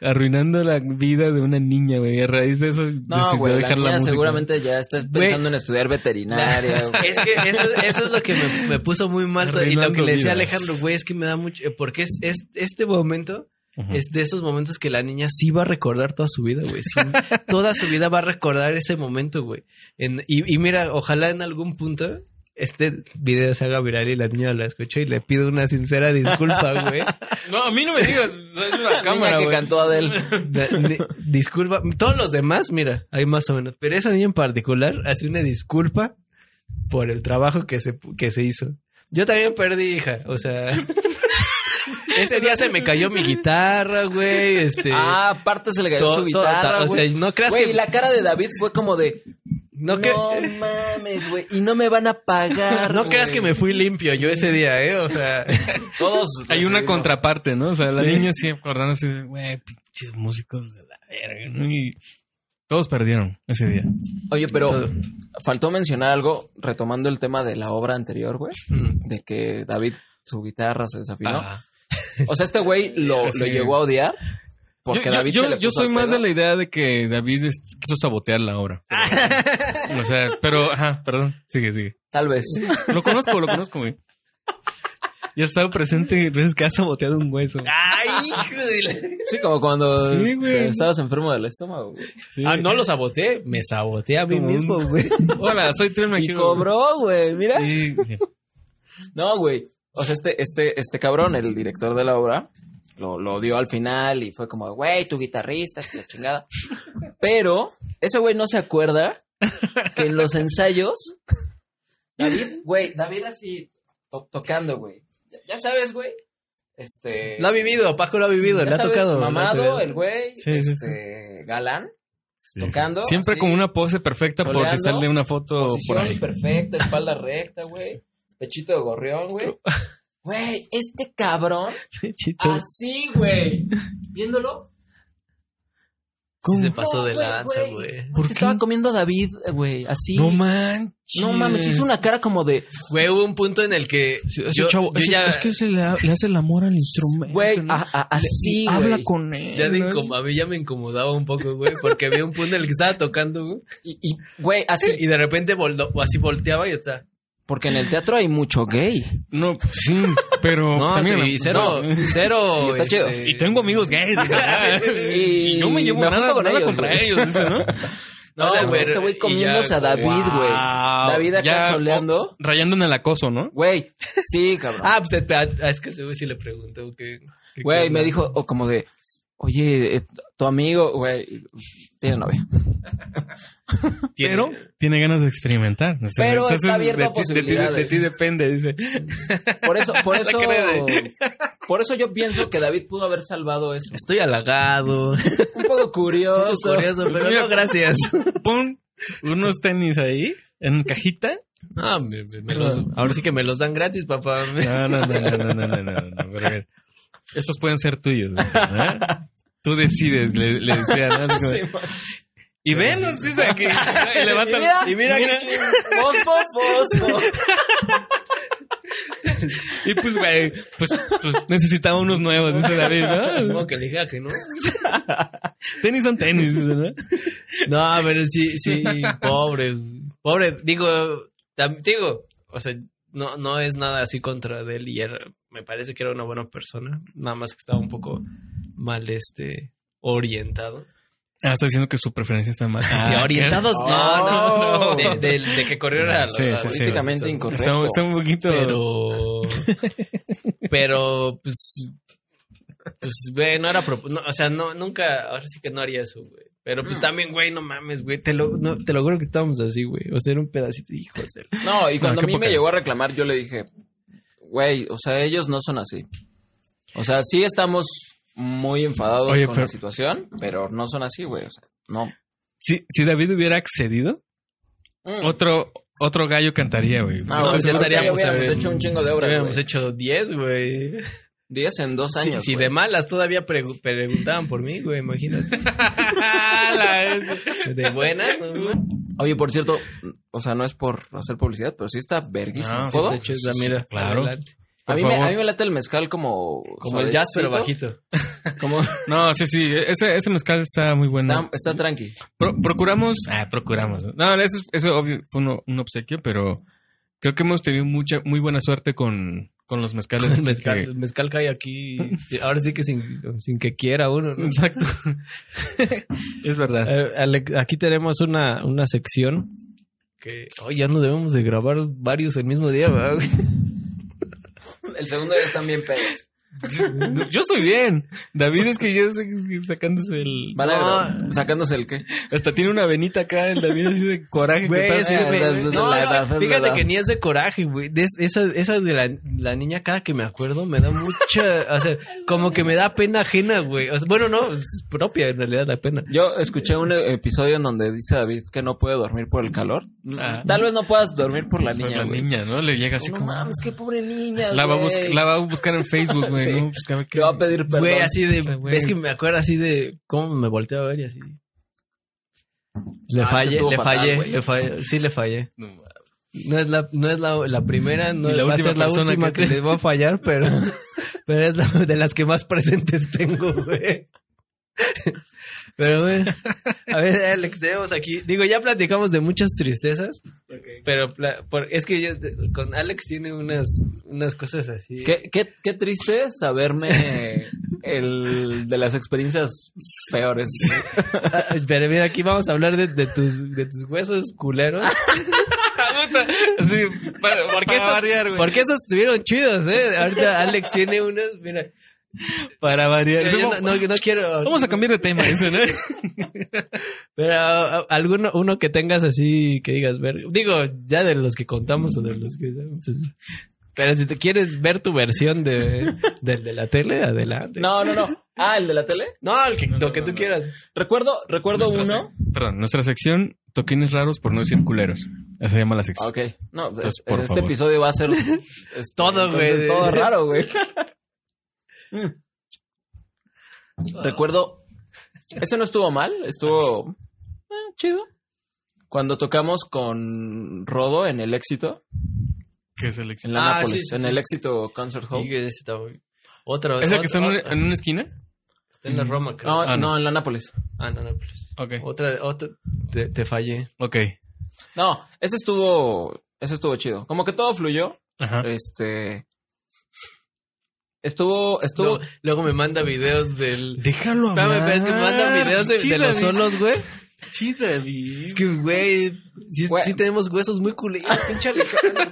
B: arruinando la vida de una niña, güey, y a raíz de eso
C: No,
B: decidió
C: güey, la
B: dejar la
C: niña
B: música.
C: seguramente ya está pensando en estudiar veterinaria. güey.
A: Es que eso, eso es lo que me, me puso muy mal. Y lo que
B: Arruinando
A: le decía a
B: vidas.
A: Alejandro, güey, es que me da mucho. eh, Porque es, es- este momento
B: Ajá.
A: es de esos momentos que la niña sí va a recordar toda su vida, güey. Sí, toda su vida va a recordar ese momento, güey. En- y, y mira, ojalá en algún punto este video se haga viral y la niña lo escuche y le pido una sincera disculpa, güey.
B: No, a mí no me digas. Es la
C: Niña
B: cámara,
C: que
B: güey.
C: cantó Adele.
A: Na- ni- disculpa. Todos los demás, mira, hay más o menos. Pero esa niña en particular hace una disculpa por el trabajo que se, que se hizo. Yo también perdí, hija. O sea. Ese día se me cayó mi guitarra, güey. Este.
C: Ah, aparte se le cayó
A: to-
C: su
A: to- ta-
C: guitarra,
A: o sea,
C: güey.
A: no creas
C: Güey,
A: que.
C: la cara de David fue como de...
A: no
C: No,
A: cre-
C: mames, güey. Y no me van a pagar,
A: no creas
C: güey".
A: que me fui limpio yo ese día, ¿eh? O sea.
C: Todos...
B: Hay una
C: recibimos-
B: contraparte, ¿no? O sea, la
A: Sí.
B: niña sigue acordándose de, güey, pinches músicos de la verga, ¿no? Y todos perdieron ese día.
C: Oye, pero faltó mencionar algo retomando el tema de la obra anterior, güey. De que David, su guitarra se desafinó.
B: Ah.
C: O sea, este güey lo,
B: Sí.
C: lo llegó a odiar porque
B: yo, yo-
C: David
B: yo,
C: se le
B: yo
C: puso
B: soy
C: al
B: más
C: pedo.
B: de la idea de que David es- quiso sabotear la obra.
C: Ah.
B: Pero- o sea, pero, ajá, perdón. Sigue, sigue.
C: Tal vez.
B: Lo conozco, lo conozco, güey. Ya he estado presente en veces que ha saboteado un hueso.
C: Ah,
A: ¡Ay, hijo de la-
C: Sí, como cuando
B: Sí, güey.
C: te estabas enfermo del estómago, güey.
B: Sí.
A: Ah, no lo saboteé. Me saboteé a mí
B: Como un-
A: mismo, güey.
B: Hola, soy Tren
C: Y
B: Mejía.
C: cobró, güey, mira.
B: Sí, sí.
C: No, güey. O sea, este, este, este cabrón, el director de la obra, lo, lo dio al final y fue como, güey, tu guitarrista, que la chingada. Pero ese güey no se acuerda que en los ensayos, David, güey, David así to- tocando, güey. Ya, ya sabes, güey. Este.
A: Lo ha vivido, Paco lo ha vivido,
C: ya
A: le ha
C: sabes,
A: tocado.
C: Mamado, el güey,
B: Sí, sí,
C: este, galán,
B: Sí, sí.
C: tocando.
B: Siempre
C: así,
B: con una pose perfecta por si
C: Soleando,
B: sale una foto por
C: Posición
B: ahí.
C: perfecta, espalda recta, güey. Pechito de gorrión, güey. Güey, este cabrón Así, güey. Viéndolo.
A: Sí se
B: ¿Cómo?
A: pasó de
C: No, güey,
A: lanza,
C: güey.
A: güey.
B: ¿Por
C: se
B: qué?
C: estaba comiendo a David, güey. Así.
B: No
C: No,
B: manches.
C: mames, hizo una cara como de.
A: Fue un punto en el que
B: Sí, ese
A: yo,
B: chavo,
A: yo
B: ese-
A: ya,
B: es que se le, ha- le hace el amor al instrumento.
C: Güey,
B: ¿no?
C: a- a- así, güey.
B: Habla con él.
A: ya me
B: ¿no?
A: incom- a mí ya me incomodaba un poco, güey, porque había un punto en el que estaba tocando, güey,
C: Y, y, güey, así.
A: y de repente voldo- así volteaba y está.
C: Porque en el teatro hay mucho gay.
B: No, pues sí, pero también.
A: sí, cero, cero. este,
C: Y está chido.
B: Y tengo amigos gays. o sea,
C: Y
B: y no me llevo
C: me junto
B: nada,
C: con
B: nada
C: ellos,
B: contra
C: güey.
B: ellos, dice, ¿no?
C: No,
A: O sea,
C: güey, este
A: pero-
C: güey
A: y
C: comiéndose
A: ya,
C: a David, güey.
B: Wow.
C: David acá
B: Ya,
C: soleando.
B: Rayando en el acoso, ¿no?
C: Güey, sí, cabrón.
A: Ah, pues espera, es que ese güey sí le preguntó que que-
C: Güey,
A: que-
C: me dijo, o como de, oye, eh, tu amigo, güey, tiene novia.
A: tiene-
B: Pero tiene ganas de experimentar. O sea,
C: Pero está
B: entonces,
C: abierto
B: de
C: a
B: ti- de ti-
C: posibilidades.
B: de ti depende, dice.
C: Por eso, por
B: La
C: eso,
B: cara de- Este
C: por eso yo pienso que David pudo haber salvado eso.
A: estoy halagado,
C: Un poco curioso.
A: curioso, pero no gracias.
B: Pon unos tenis ahí, en cajita.
A: Ah, me- me- me los- ahora sí que me los dan gratis, papá.
B: No, no, no, no, no, no, no, no, no, pero a ver. Estos pueden ser tuyos. ¿eh? Tú decides, le, le decía. ¿no? Así como-
C: Sí, man.
B: y venos, dice aquí. Y levanta.
C: Y mira,
B: y mira,
C: Fosfo, fosfo.
B: Y pues, güey, pues, pues necesitaba unos nuevos, dice David, ¿no?
A: Como que le dije "Ah, que no.
B: Tenis son tenis, dice, ¿no?
A: No, pero sí, sí, pobre, pobre, digo, tam- digo, o sea, no, no es nada así contra de él y era- me parece que era una buena persona, nada más que estaba un poco mal, este, orientado.
B: Ah, está diciendo que su preferencia está mal.
A: Sí,
B: Ah,
A: orientados, no, no, no,
C: Oh.
A: de, de- de que corriera a lo-
B: Sí, sí,
A: a lo
B: sí.
C: Políticamente
A: esto,
B: que-
C: incorrecto.
B: Está, está un poquito.
A: Pero, pero, pues, pues, güey, no era, propo- no, o sea, no, nunca, ahora sí que no haría eso, güey. Pero pues
C: Mm.
A: también, güey, no mames, güey, te lo, no, te lo juro que estábamos así, güey. O sea, era un pedacito, hijo de ser.
C: No, y cuando
B: qué
C: a mí
B: poca.
C: me llegó a reclamar, yo le dije, güey, o sea, ellos no son así. O sea, sí estamos muy enfadados
B: Oye,
C: con
B: pero-
C: la situación, pero no son así, güey. O sea, no.
B: Si, si David hubiera accedido,
C: Mm.
B: otro, otro gallo cantaría, güey.
C: No,
A: pues
C: güey,
A: ya
C: seguro que
A: estaríamos,
C: hubiéramos
A: eh,
C: hecho un chingo de obras,
A: Habíamos
C: güey.
A: hecho 10, güey.
C: Diez en dos
A: Si,
C: años,
A: si
C: güey.
A: de malas todavía pregu- preguntaban por mí, güey, imagínate. De buenas, ¿no?
C: Oye, por cierto, o sea, no es por hacer publicidad, pero sí está verguísima.
B: No,
C: ¿Puedo?
A: De hecho, es la mira.
B: Claro.
A: adelante.
C: A
B: Por
C: mí, me,
B: favor.
C: a mí me late el mezcal como...
A: Como el jazz, pero
C: suavecito.
A: bajito.
C: Como,
B: No, sí, sí. Ese, ese mezcal está muy bueno.
C: está, está tranqui.
B: Pro- procuramos. Ah, procuramos. No, eso, es- eso obvio, fue un, un obsequio, pero creo que hemos tenido mucha, muy buena suerte con, con los mezcales.
A: El mezcal,
B: que-
A: el mezcal cae aquí. sí, Ahora sí que sin, sin que quiera uno, ¿no?
B: Exacto. es verdad.
A: Eh, Alex, aquí tenemos una, una sección que, oye, ya no debemos de grabar varios el mismo día, ¿verdad, güey?
D: El segundo día están bien pedos.
B: No, Yo estoy bien. David es que ya sé que sacándose el.
D: Van a grabar.
C: Sacándose el qué.
B: Hasta tiene una venita acá, el David así de coraje.
A: Güey,
B: que
A: es que,
B: está-
A: güey,
C: Ah, es
A: no, no,
C: la edad, es la
A: fíjate
C: edad.
A: que ni es de coraje, güey. De es- esa, esa de la, la niña, cada que me acuerdo, me da mucha. o sea, como que me da pena ajena, güey. O sea, bueno, no, es propia en realidad la pena.
C: Yo escuché un e- episodio en donde dice David que no puede dormir por el calor.
B: Ah.
C: Tal vez no puedas dormir por la
B: Por
C: niña,
B: la
C: güey.
B: niña, ¿no? Le llega así
D: no
B: como.
D: mames, qué pobre niña.
B: La va, a bus-
D: güey.
B: la va a buscar en Facebook, güey.
D: Sí.
B: ¿no? Pues, a ver qué-
D: Le va a pedir perdón.
A: Güey, así de.
B: O sea, güey.
A: Es que me acuerdo así de cómo me volteé a ver y así. Le
D: Ah, es que
A: fallé,
D: estuvo
A: le
D: fatal,
A: fallé,
D: güey.
A: le fallé. Sí, le fallé.
B: No mames.
A: No es la, no es la, la primera, no
B: Ni la
A: va a
B: última
A: ser la
B: persona
A: última
B: que
A: que,
B: te-
A: les va a fallar, pero, pero es la, de las que más presentes tengo, güey. Pero bueno, a ver, Alex, tenemos aquí. Digo, ya platicamos de muchas tristezas, pero pla- por- es que yo, con Alex tiene unas, unas cosas así.
C: Qué, qué, qué triste saberme el de las experiencias peores.
A: Ah, Pero mira, aquí vamos a hablar de, de tus, de tus huesos
B: Ah,
A: culeros.
B: Así, para,
A: Porque
B: para
A: esto-
B: variar, güey.
A: Porque esos estuvieron chidos, ¿eh? Ahorita Alex tiene unos, mira.
B: Para variar.
A: yo
B: Vamos-
A: no, no- no quiero.
B: Vamos a cambiar de tema, ¿eh? dice, ¿no?
A: Pero a- a- alguno, uno que tengas así, que digas, ver, digo, ya de los que contamos o de los que... pues, pero si te quieres ver tu versión de, del de la tele, adelante.
C: No, no, no. Ah, el de la tele.
A: No, el que-
B: No, no,
A: lo que
B: no,
A: tú
B: no.
A: quieras.
C: Recuerdo, recuerdo
B: Nuestra
C: uno.
B: sec- Perdón, nuestra sección toquines raros por no decir culeros. Esa se llama la sección.
C: Ah, Ok. No, es-
B: Entonces, por
C: este
B: favor.
C: episodio va a ser este,
A: Todo, güey.
C: entonces, Todo raro, güey. Mm. Recuerdo. Ese no estuvo mal, estuvo eh, chido. Cuando tocamos con Rodo en el éxito,
B: ¿Qué es el éxito?
C: en la
A: Ah,
C: Nápoles,
A: sí, sí,
C: en
A: sí.
C: el éxito Concert Hall.
A: Sí, que está muy- Otro.
B: ¿Es la que
A: otro-
B: está en,
A: otro-
B: una- en una esquina?
A: está en la Roma, creo.
C: No,
B: Ah, no.
C: no, en la Nápoles.
A: Ah, no, no. pues.
B: Ok.
A: Otra, otra. Te, te fallé.
B: Ok.
C: No, ese estuvo, ese estuvo chido. Como que todo fluyó.
B: Ajá.
C: Este. Estuvo, estuvo.
A: Luego, luego me manda videos del...
B: Déjalo
A: Espérame, pero es que me mandan videos de, de los solos, güey.
B: Chida, David.
A: Es que, güey, sí,
C: Güey.
A: sí tenemos huesos muy culeros. Pinche Alejandro.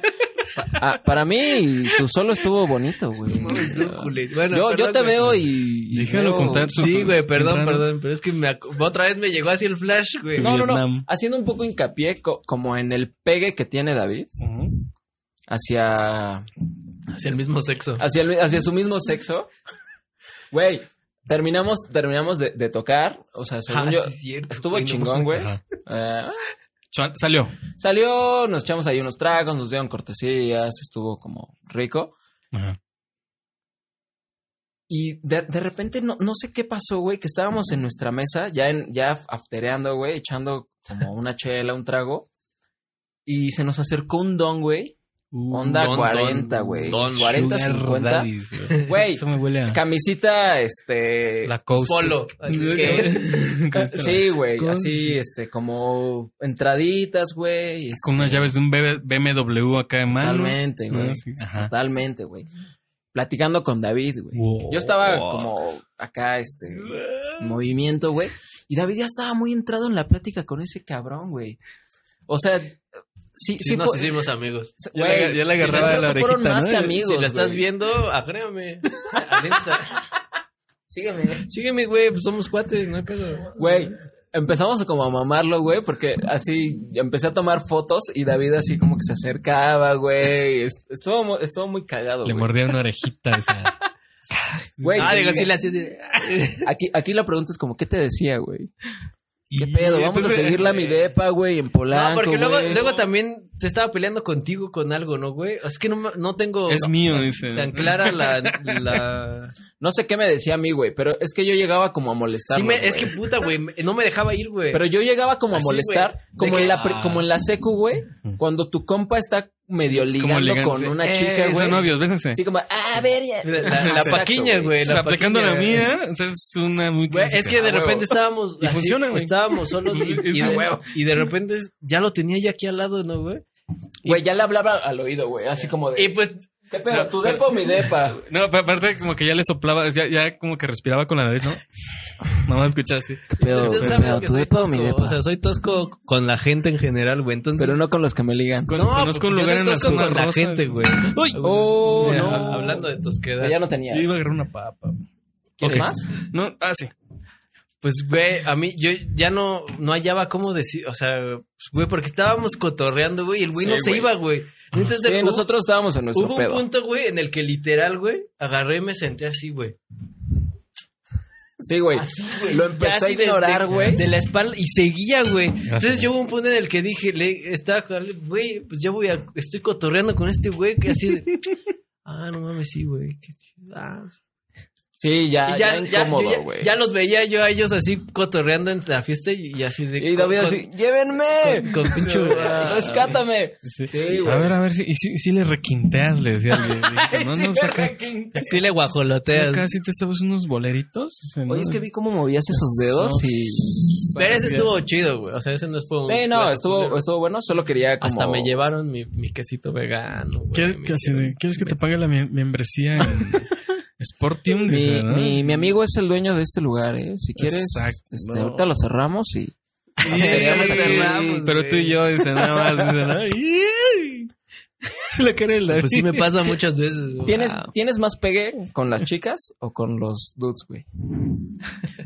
C: Ah, para mí, tu solo estuvo bonito, güey.
A: Estuvo culero. Bueno,
C: Yo, yo
A: perdón,
C: te
A: güey.
C: veo y.
B: Déjalo
C: veo-
B: contar su-
A: Sí, güey, perdón,
B: Temprano.
A: perdón, pero es que me ac- otra vez me llegó así el flash, güey.
B: Tu
C: No, no,
B: Vietnam.
C: no. Haciendo un poco hincapié co- como en el pegue que tiene David hacia.
A: Hacia el mismo sexo.
C: hacia, el- hacia su mismo sexo. Güey, terminamos, terminamos de, de tocar. O sea, según
A: Ah,
C: yo.
A: sí es cierto,
C: estuvo
A: no
C: chingón,
A: mames.
C: güey.
B: Ajá.
C: eh,
B: Sa- Salió.
C: Salió, nos echamos ahí unos tragos, nos dieron cortesías, estuvo como rico.
B: Ajá.
C: Y de, de repente no, no sé qué pasó, güey, que estábamos en nuestra mesa, ya en, ya aftereando, güey, echando como una chela, un trago. Y se nos acercó un don, güey. Onda
A: don,
C: 40,
A: don,
C: güey.
A: don,
C: 40,
B: Sugar
C: 50.
B: daddies, güey.
C: Güey,
B: Eso me huele a
C: camisita, este.
B: la coast.
A: Polo. Así que-
C: Sí, güey,
A: Con-
C: así, este, como entraditas, güey. este,
B: Con unas llaves de un BB BMW acá en mano.
C: Totalmente, güey.
B: Ah, sí. Ajá.
C: Totalmente, güey. Platicando con David, güey.
B: Wow.
C: Yo estaba
A: Oh.
C: como acá, este, en movimiento, güey. Y David ya estaba muy entrado en la plática con ese cabrón, güey. O sea, sí, sí,
A: Sí, nos
C: fue-
A: hicimos amigos.
C: sí,
B: Ya
C: güey,
B: le- ya le
C: sí,
B: agarraba
C: creo
B: la
C: que Fueron
B: orejita,
C: más
B: ¿no?
C: que amigos,
A: si lo estás
C: güey.
A: viendo, agrégame. Al Insta.
C: Sígueme.
A: Sígueme, güey, pues somos cuates, no hay pedo.
C: Güey, empezamos como a mamarlo, güey, porque así empecé a tomar fotos y David así como que se acercaba, güey. Est- Estuvo, mu- estuvo muy cagado,
B: Le
C: güey.
B: mordía una orejita. o sea.
C: Güey,
A: ah,
C: te
A: digo,
C: digo,
A: sí, la así de-
C: aquí, aquí la pregunta es como, ¿qué te decía, güey? ¿Qué
B: Y
C: pedo? Vamos
B: entonces-
C: a seguirla a mi depa, güey, en Polanco,
A: eh, No, porque luego,
C: güey.
A: luego también se estaba peleando contigo con algo, ¿no, güey? Es que no, ma- no tengo
B: Es mío, dice.
A: tan clara la... la...
C: No sé qué me decía a mí, güey, pero es que yo llegaba como a molestar.
A: Sí, me- es que puta, güey, me- no me dejaba ir, güey.
C: Pero yo llegaba como a
A: Así,
C: molestar,
A: güey, de
C: como,
A: que-
C: en la pre-
B: Ah.
C: como en la secu, güey,
B: Ujú.
C: cuando tu compa está medio
B: Como
C: ligando
B: ligando,
C: con
B: sí.
C: una
B: Eh,
C: chica,
B: Son
C: güey.
B: novios, bésense.
C: Así como, ah, a ver, ya.
A: La, la
C: Exacto,
A: paquiña, güey.
B: O sea, Pues aplicando
A: paquiña,
B: la mía, o sea, es una muy
A: Güey, es
B: clásica.
A: que de
C: Ah, huevo.
A: repente estábamos.
B: Y funciona, güey.
A: Estábamos solos y, y
B: Ah,
A: de,
B: huevo.
A: y de repente ya lo tenía ya aquí al lado, ¿no, güey?
C: Güey, ya le hablaba al oído, güey, así como de... "Eh,
A: Y pues
D: ¿Qué pedo? ¿Tu depa o mi depa?
B: No, pero aparte como que ya le soplaba, ya, ya como que respiraba con la nariz, ¿no? Mamá escuchaba así.
C: Pero,
A: Ustedes
C: pero,
A: saben que
C: tu
A: soy
C: depa o mi
A: tosco,
C: depa.
A: O sea, soy tosco con la gente en general, güey. Entonces,
C: pero no con los que me ligan.
B: Con- conozco un
A: yo
B: lugar
A: soy
B: en la
A: tosco
B: zona
A: con la
B: rosa,
A: gente, güey.
B: Uy.
C: Oh,
A: Mira,
C: no.
A: Hablando de tosquedad.
D: Pero ya no tenía.
B: Yo iba a agarrar una papa.
C: ¿Quieres
B: Ok.
C: más?
B: No, ah, sí.
A: Pues, güey, a mí yo ya no, no hallaba cómo decir, o sea, pues, güey, porque estábamos cotorreando, güey, y el güey
C: Sí,
A: no se
C: güey.
A: iba, güey. Entonces,
C: Sí,
A: hubo-
C: nosotros estábamos en nuestro
A: hubo
C: pedo.
A: un punto, güey, en el que literal, güey, agarré y me senté así, güey.
C: Sí, güey. Lo empecé a
A: así de-
C: ignorar,
A: de-
C: güey.
A: De, la espalda y seguía, güey. Entonces
B: sí.
A: yo hubo un punto en el que dije, le, estaba con Ale, güey, pues ya voy a, estoy cotorreando con este güey que así de, ah, no mames, sí, güey. qué chido, ah.
C: Sí, ya,
A: Y ya,
C: Ah, ya,
A: ya, yo
C: incómodo,
A: ya-
C: güey.
A: ya los veía yo a ellos así cotorreando en la fiesta y, y así de.
C: Y David
A: con-
C: así, "Eh". Ah, ¡llévenme!
A: Con, con pinche.
C: ¡Rescátame! Sí, güey.
B: A ver, a ver, si, y si, si le requinteas, le decía. le- le dije, no, no, saca,
A: Sí le guajoloteas.
B: saca, si te sabes unos boleritos. O sea,
C: Oye,
B: no,
C: es que vi cómo movías esos dedos y...
A: Pero ese estuvo chido, güey. O sea, ese no fue un.
C: Sí, no,
A: plazo
C: estuvo,
A: culero.
C: estuvo bueno, solo quería como...
A: Hasta me llevaron mi, mi quesito vegano, güey.
B: ¿Quieres,
A: Me
B: que, así
A: hicieron-
B: de- ¿quieres que te pague la mie- membresía en Sportium?
C: Mi,
B: Dice, ¿no?
C: mi, mi amigo es el dueño de este lugar, ¿eh? Si quieres,
B: Exacto.
C: este, ahorita lo cerramos y...
B: Sí,
C: Queríamos pues,
B: sí,
A: cerramos,
B: pero
A: güey.
B: tú y yo, dice, nada más, dice, ¿no? Y- La cara del David.
A: Pues sí me pasa muchas veces. güey. Ah,
C: ¿Tienes,
A: Wow.
C: ¿Tienes más pegue con las chicas o con los dudes, güey?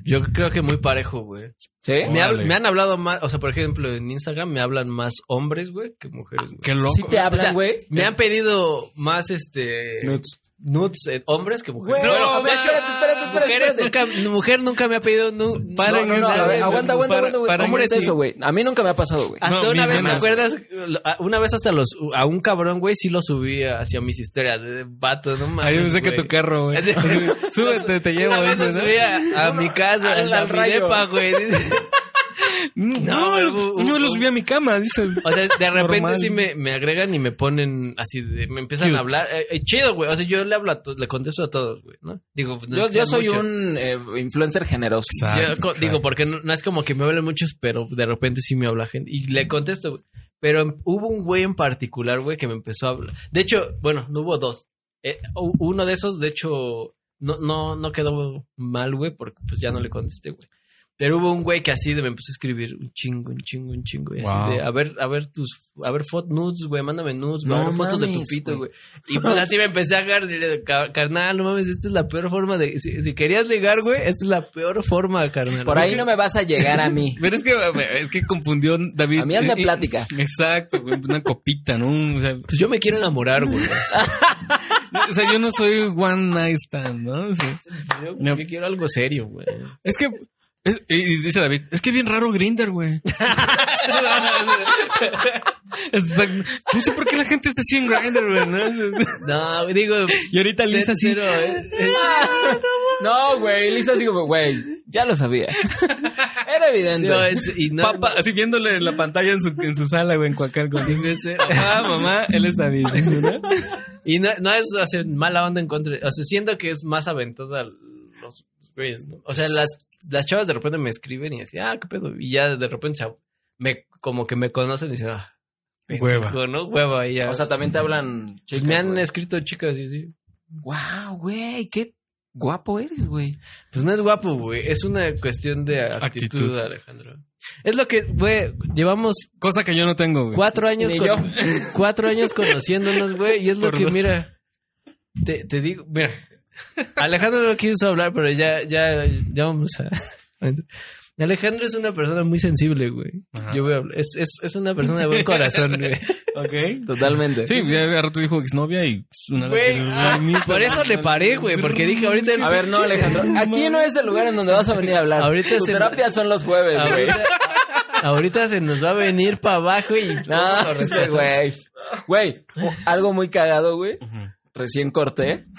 A: Yo creo que muy parejo, güey.
C: ¿Sí?
A: Me, hab-
B: Órale.
A: me han hablado más, o sea, por ejemplo, en Instagram me hablan más hombres, güey, que mujeres, güey.
B: Qué loco.
C: ¿Sí te
A: O sea,
C: hablan, güey?
A: Me han pedido más, este...
C: Nudes.
A: nudes, eh, hombres que mujeres.
C: Güey,
A: Bueno,
C: a ver, espérate, espérate, espérate,
A: mujeres
C: espérate.
A: nunca, mujer nunca me ha pedido nu-
C: No,
A: Paren
C: no, no,
A: esa-
C: a ver, aguanta, aguanta,
B: para-
C: aguanta, güey.
B: para
C: ¿Cómo es
B: ingresar.
C: eso, güey? A mí nunca me ha pasado, güey.
A: Hasta
B: No,
A: una
B: bien,
A: vez,
B: bien,
A: ¿me
B: bien.
A: acuerdas? A- Una vez hasta los... A un cabrón, güey, sí lo subí hacia mis historias. de Vato, no mames,
B: Ahí Ah, pensé que
A: güey.
B: tu carro, güey.
A: Así-
B: Súbete, te llevo.
A: Una vez
B: dice,
A: lo subí a, a mi casa,
C: Al-
A: al,
C: al
A: al mi
C: rayo.
A: depa, güey.
B: Mm, No,
A: No,
B: no,
A: un-
B: yo
A: un-
B: lo subí a mi cama, dice.
A: O sea, de repente
B: Normal.
A: sí me, me agregan y me ponen así, de- me empiezan
B: Cute.
A: a hablar. Eh, eh, chido, güey. O sea, yo le hablo a to- le contesto a todos, güey, ¿no? Digo, pues, no
C: Yo,
A: es que
C: yo
A: sea
C: soy
A: mucho.
C: un eh, influencer generoso.
A: Yo co- digo, porque no, no es como que me hablen muchos, pero de repente sí me habla gente. Y le contesto, güey. Pero em- hubo un güey en particular, güey, que me empezó a hablar. De hecho, bueno, no hubo dos. Eh, u- uno de esos, de hecho, no, no, no quedó mal, güey, porque pues ya no le contesté, güey. Pero hubo un güey que así de me empezó a escribir un chingo, un chingo, un chingo. Y
B: Wow.
A: así de, a ver, a ver tus, a ver fotos nudes, güey, mándame nudes, güey,
C: No
A: a ver fotos de tu
C: mames,
A: pito,
C: güey.
A: güey. Y pues así me empecé a agarrar, y le- "Ca- carnal, no mames, esta es la peor forma de... Si, si querías ligar, güey, esta es la peor forma, carnal.
C: Por ahí no me vas a llegar a mí.
B: Pero es que, es que confundió David.
C: A mí anda en
B: Eh,
C: plática.
B: Exacto, güey, una copita, ¿no? O sea,
A: Pues yo me quiero enamorar, güey.
B: o sea, yo no soy one night stand, ¿no? O sea,
A: Yo,
B: No.
A: yo quiero algo serio, güey.
B: es que, es- y dice David, es que es bien raro Grinder, güey. Exacto. No sé por qué la gente es así en Grinder, güey, ¿no?
A: No, güey, digo...
B: Y ahorita Lisa así.
A: cero, eh.
C: No, güey. Lisa así como, güey, ya lo sabía. Era evidente.
A: No, es- y no,
B: Papá, así viéndole la pantalla en su, en su sala, güey, en Coacalco. Dice, papá, mamá, él es David. dice, ¿no?
A: Y no, no es hacer mala onda en contra. O sea, siento que es más aventada los güeyes, ¿no? O sea, las, las chavas de repente me escriben y así, ah, qué pedo. Y ya de repente se- me, como que me conocen y dicen, ah,
B: Hueva.
A: pendejo, ¿no? Hueva. Y ya.
C: O sea, también te hablan
A: Pues
C: chicas,
A: me han
C: güey.
A: escrito chicas y sí.
C: Guau, güey, qué guapo eres, güey.
A: Pues no es guapo, güey. Es una cuestión de actitud,
B: Actitud.
A: Alejandro. Es lo que, güey, llevamos
B: Cosa que yo no tengo, güey.
A: cuatro años,
C: Ni
A: con-
C: yo.
A: cuatro años conociéndonos, güey. Y es lo
B: Por
A: que,
B: dos.
A: mira, te, te digo, mira. Alejandro no quiso hablar, pero ya, ya, ya vamos a... Alejandro es una persona muy sensible, güey.
B: Ajá.
A: Yo voy a hablar. Es, es, es una persona de buen corazón, güey.
B: Ok.
C: Totalmente.
B: Sí, ya agarró tu hijo exnovia y... pues, una-
A: Güey,
B: una- una-
A: Por eso le paré, güey, porque dije ahorita...
C: A ver, no, Alejandro. Aquí no es el lugar en donde vas a venir a hablar.
A: Ahorita
C: Tus
A: se-
C: terapias son los jueves, güey.
A: Ahorita, ahorita se nos va a venir para abajo y...
C: No, ese güey. Güey, o- algo muy cagado, güey.
B: Ujú.
C: Recién corté.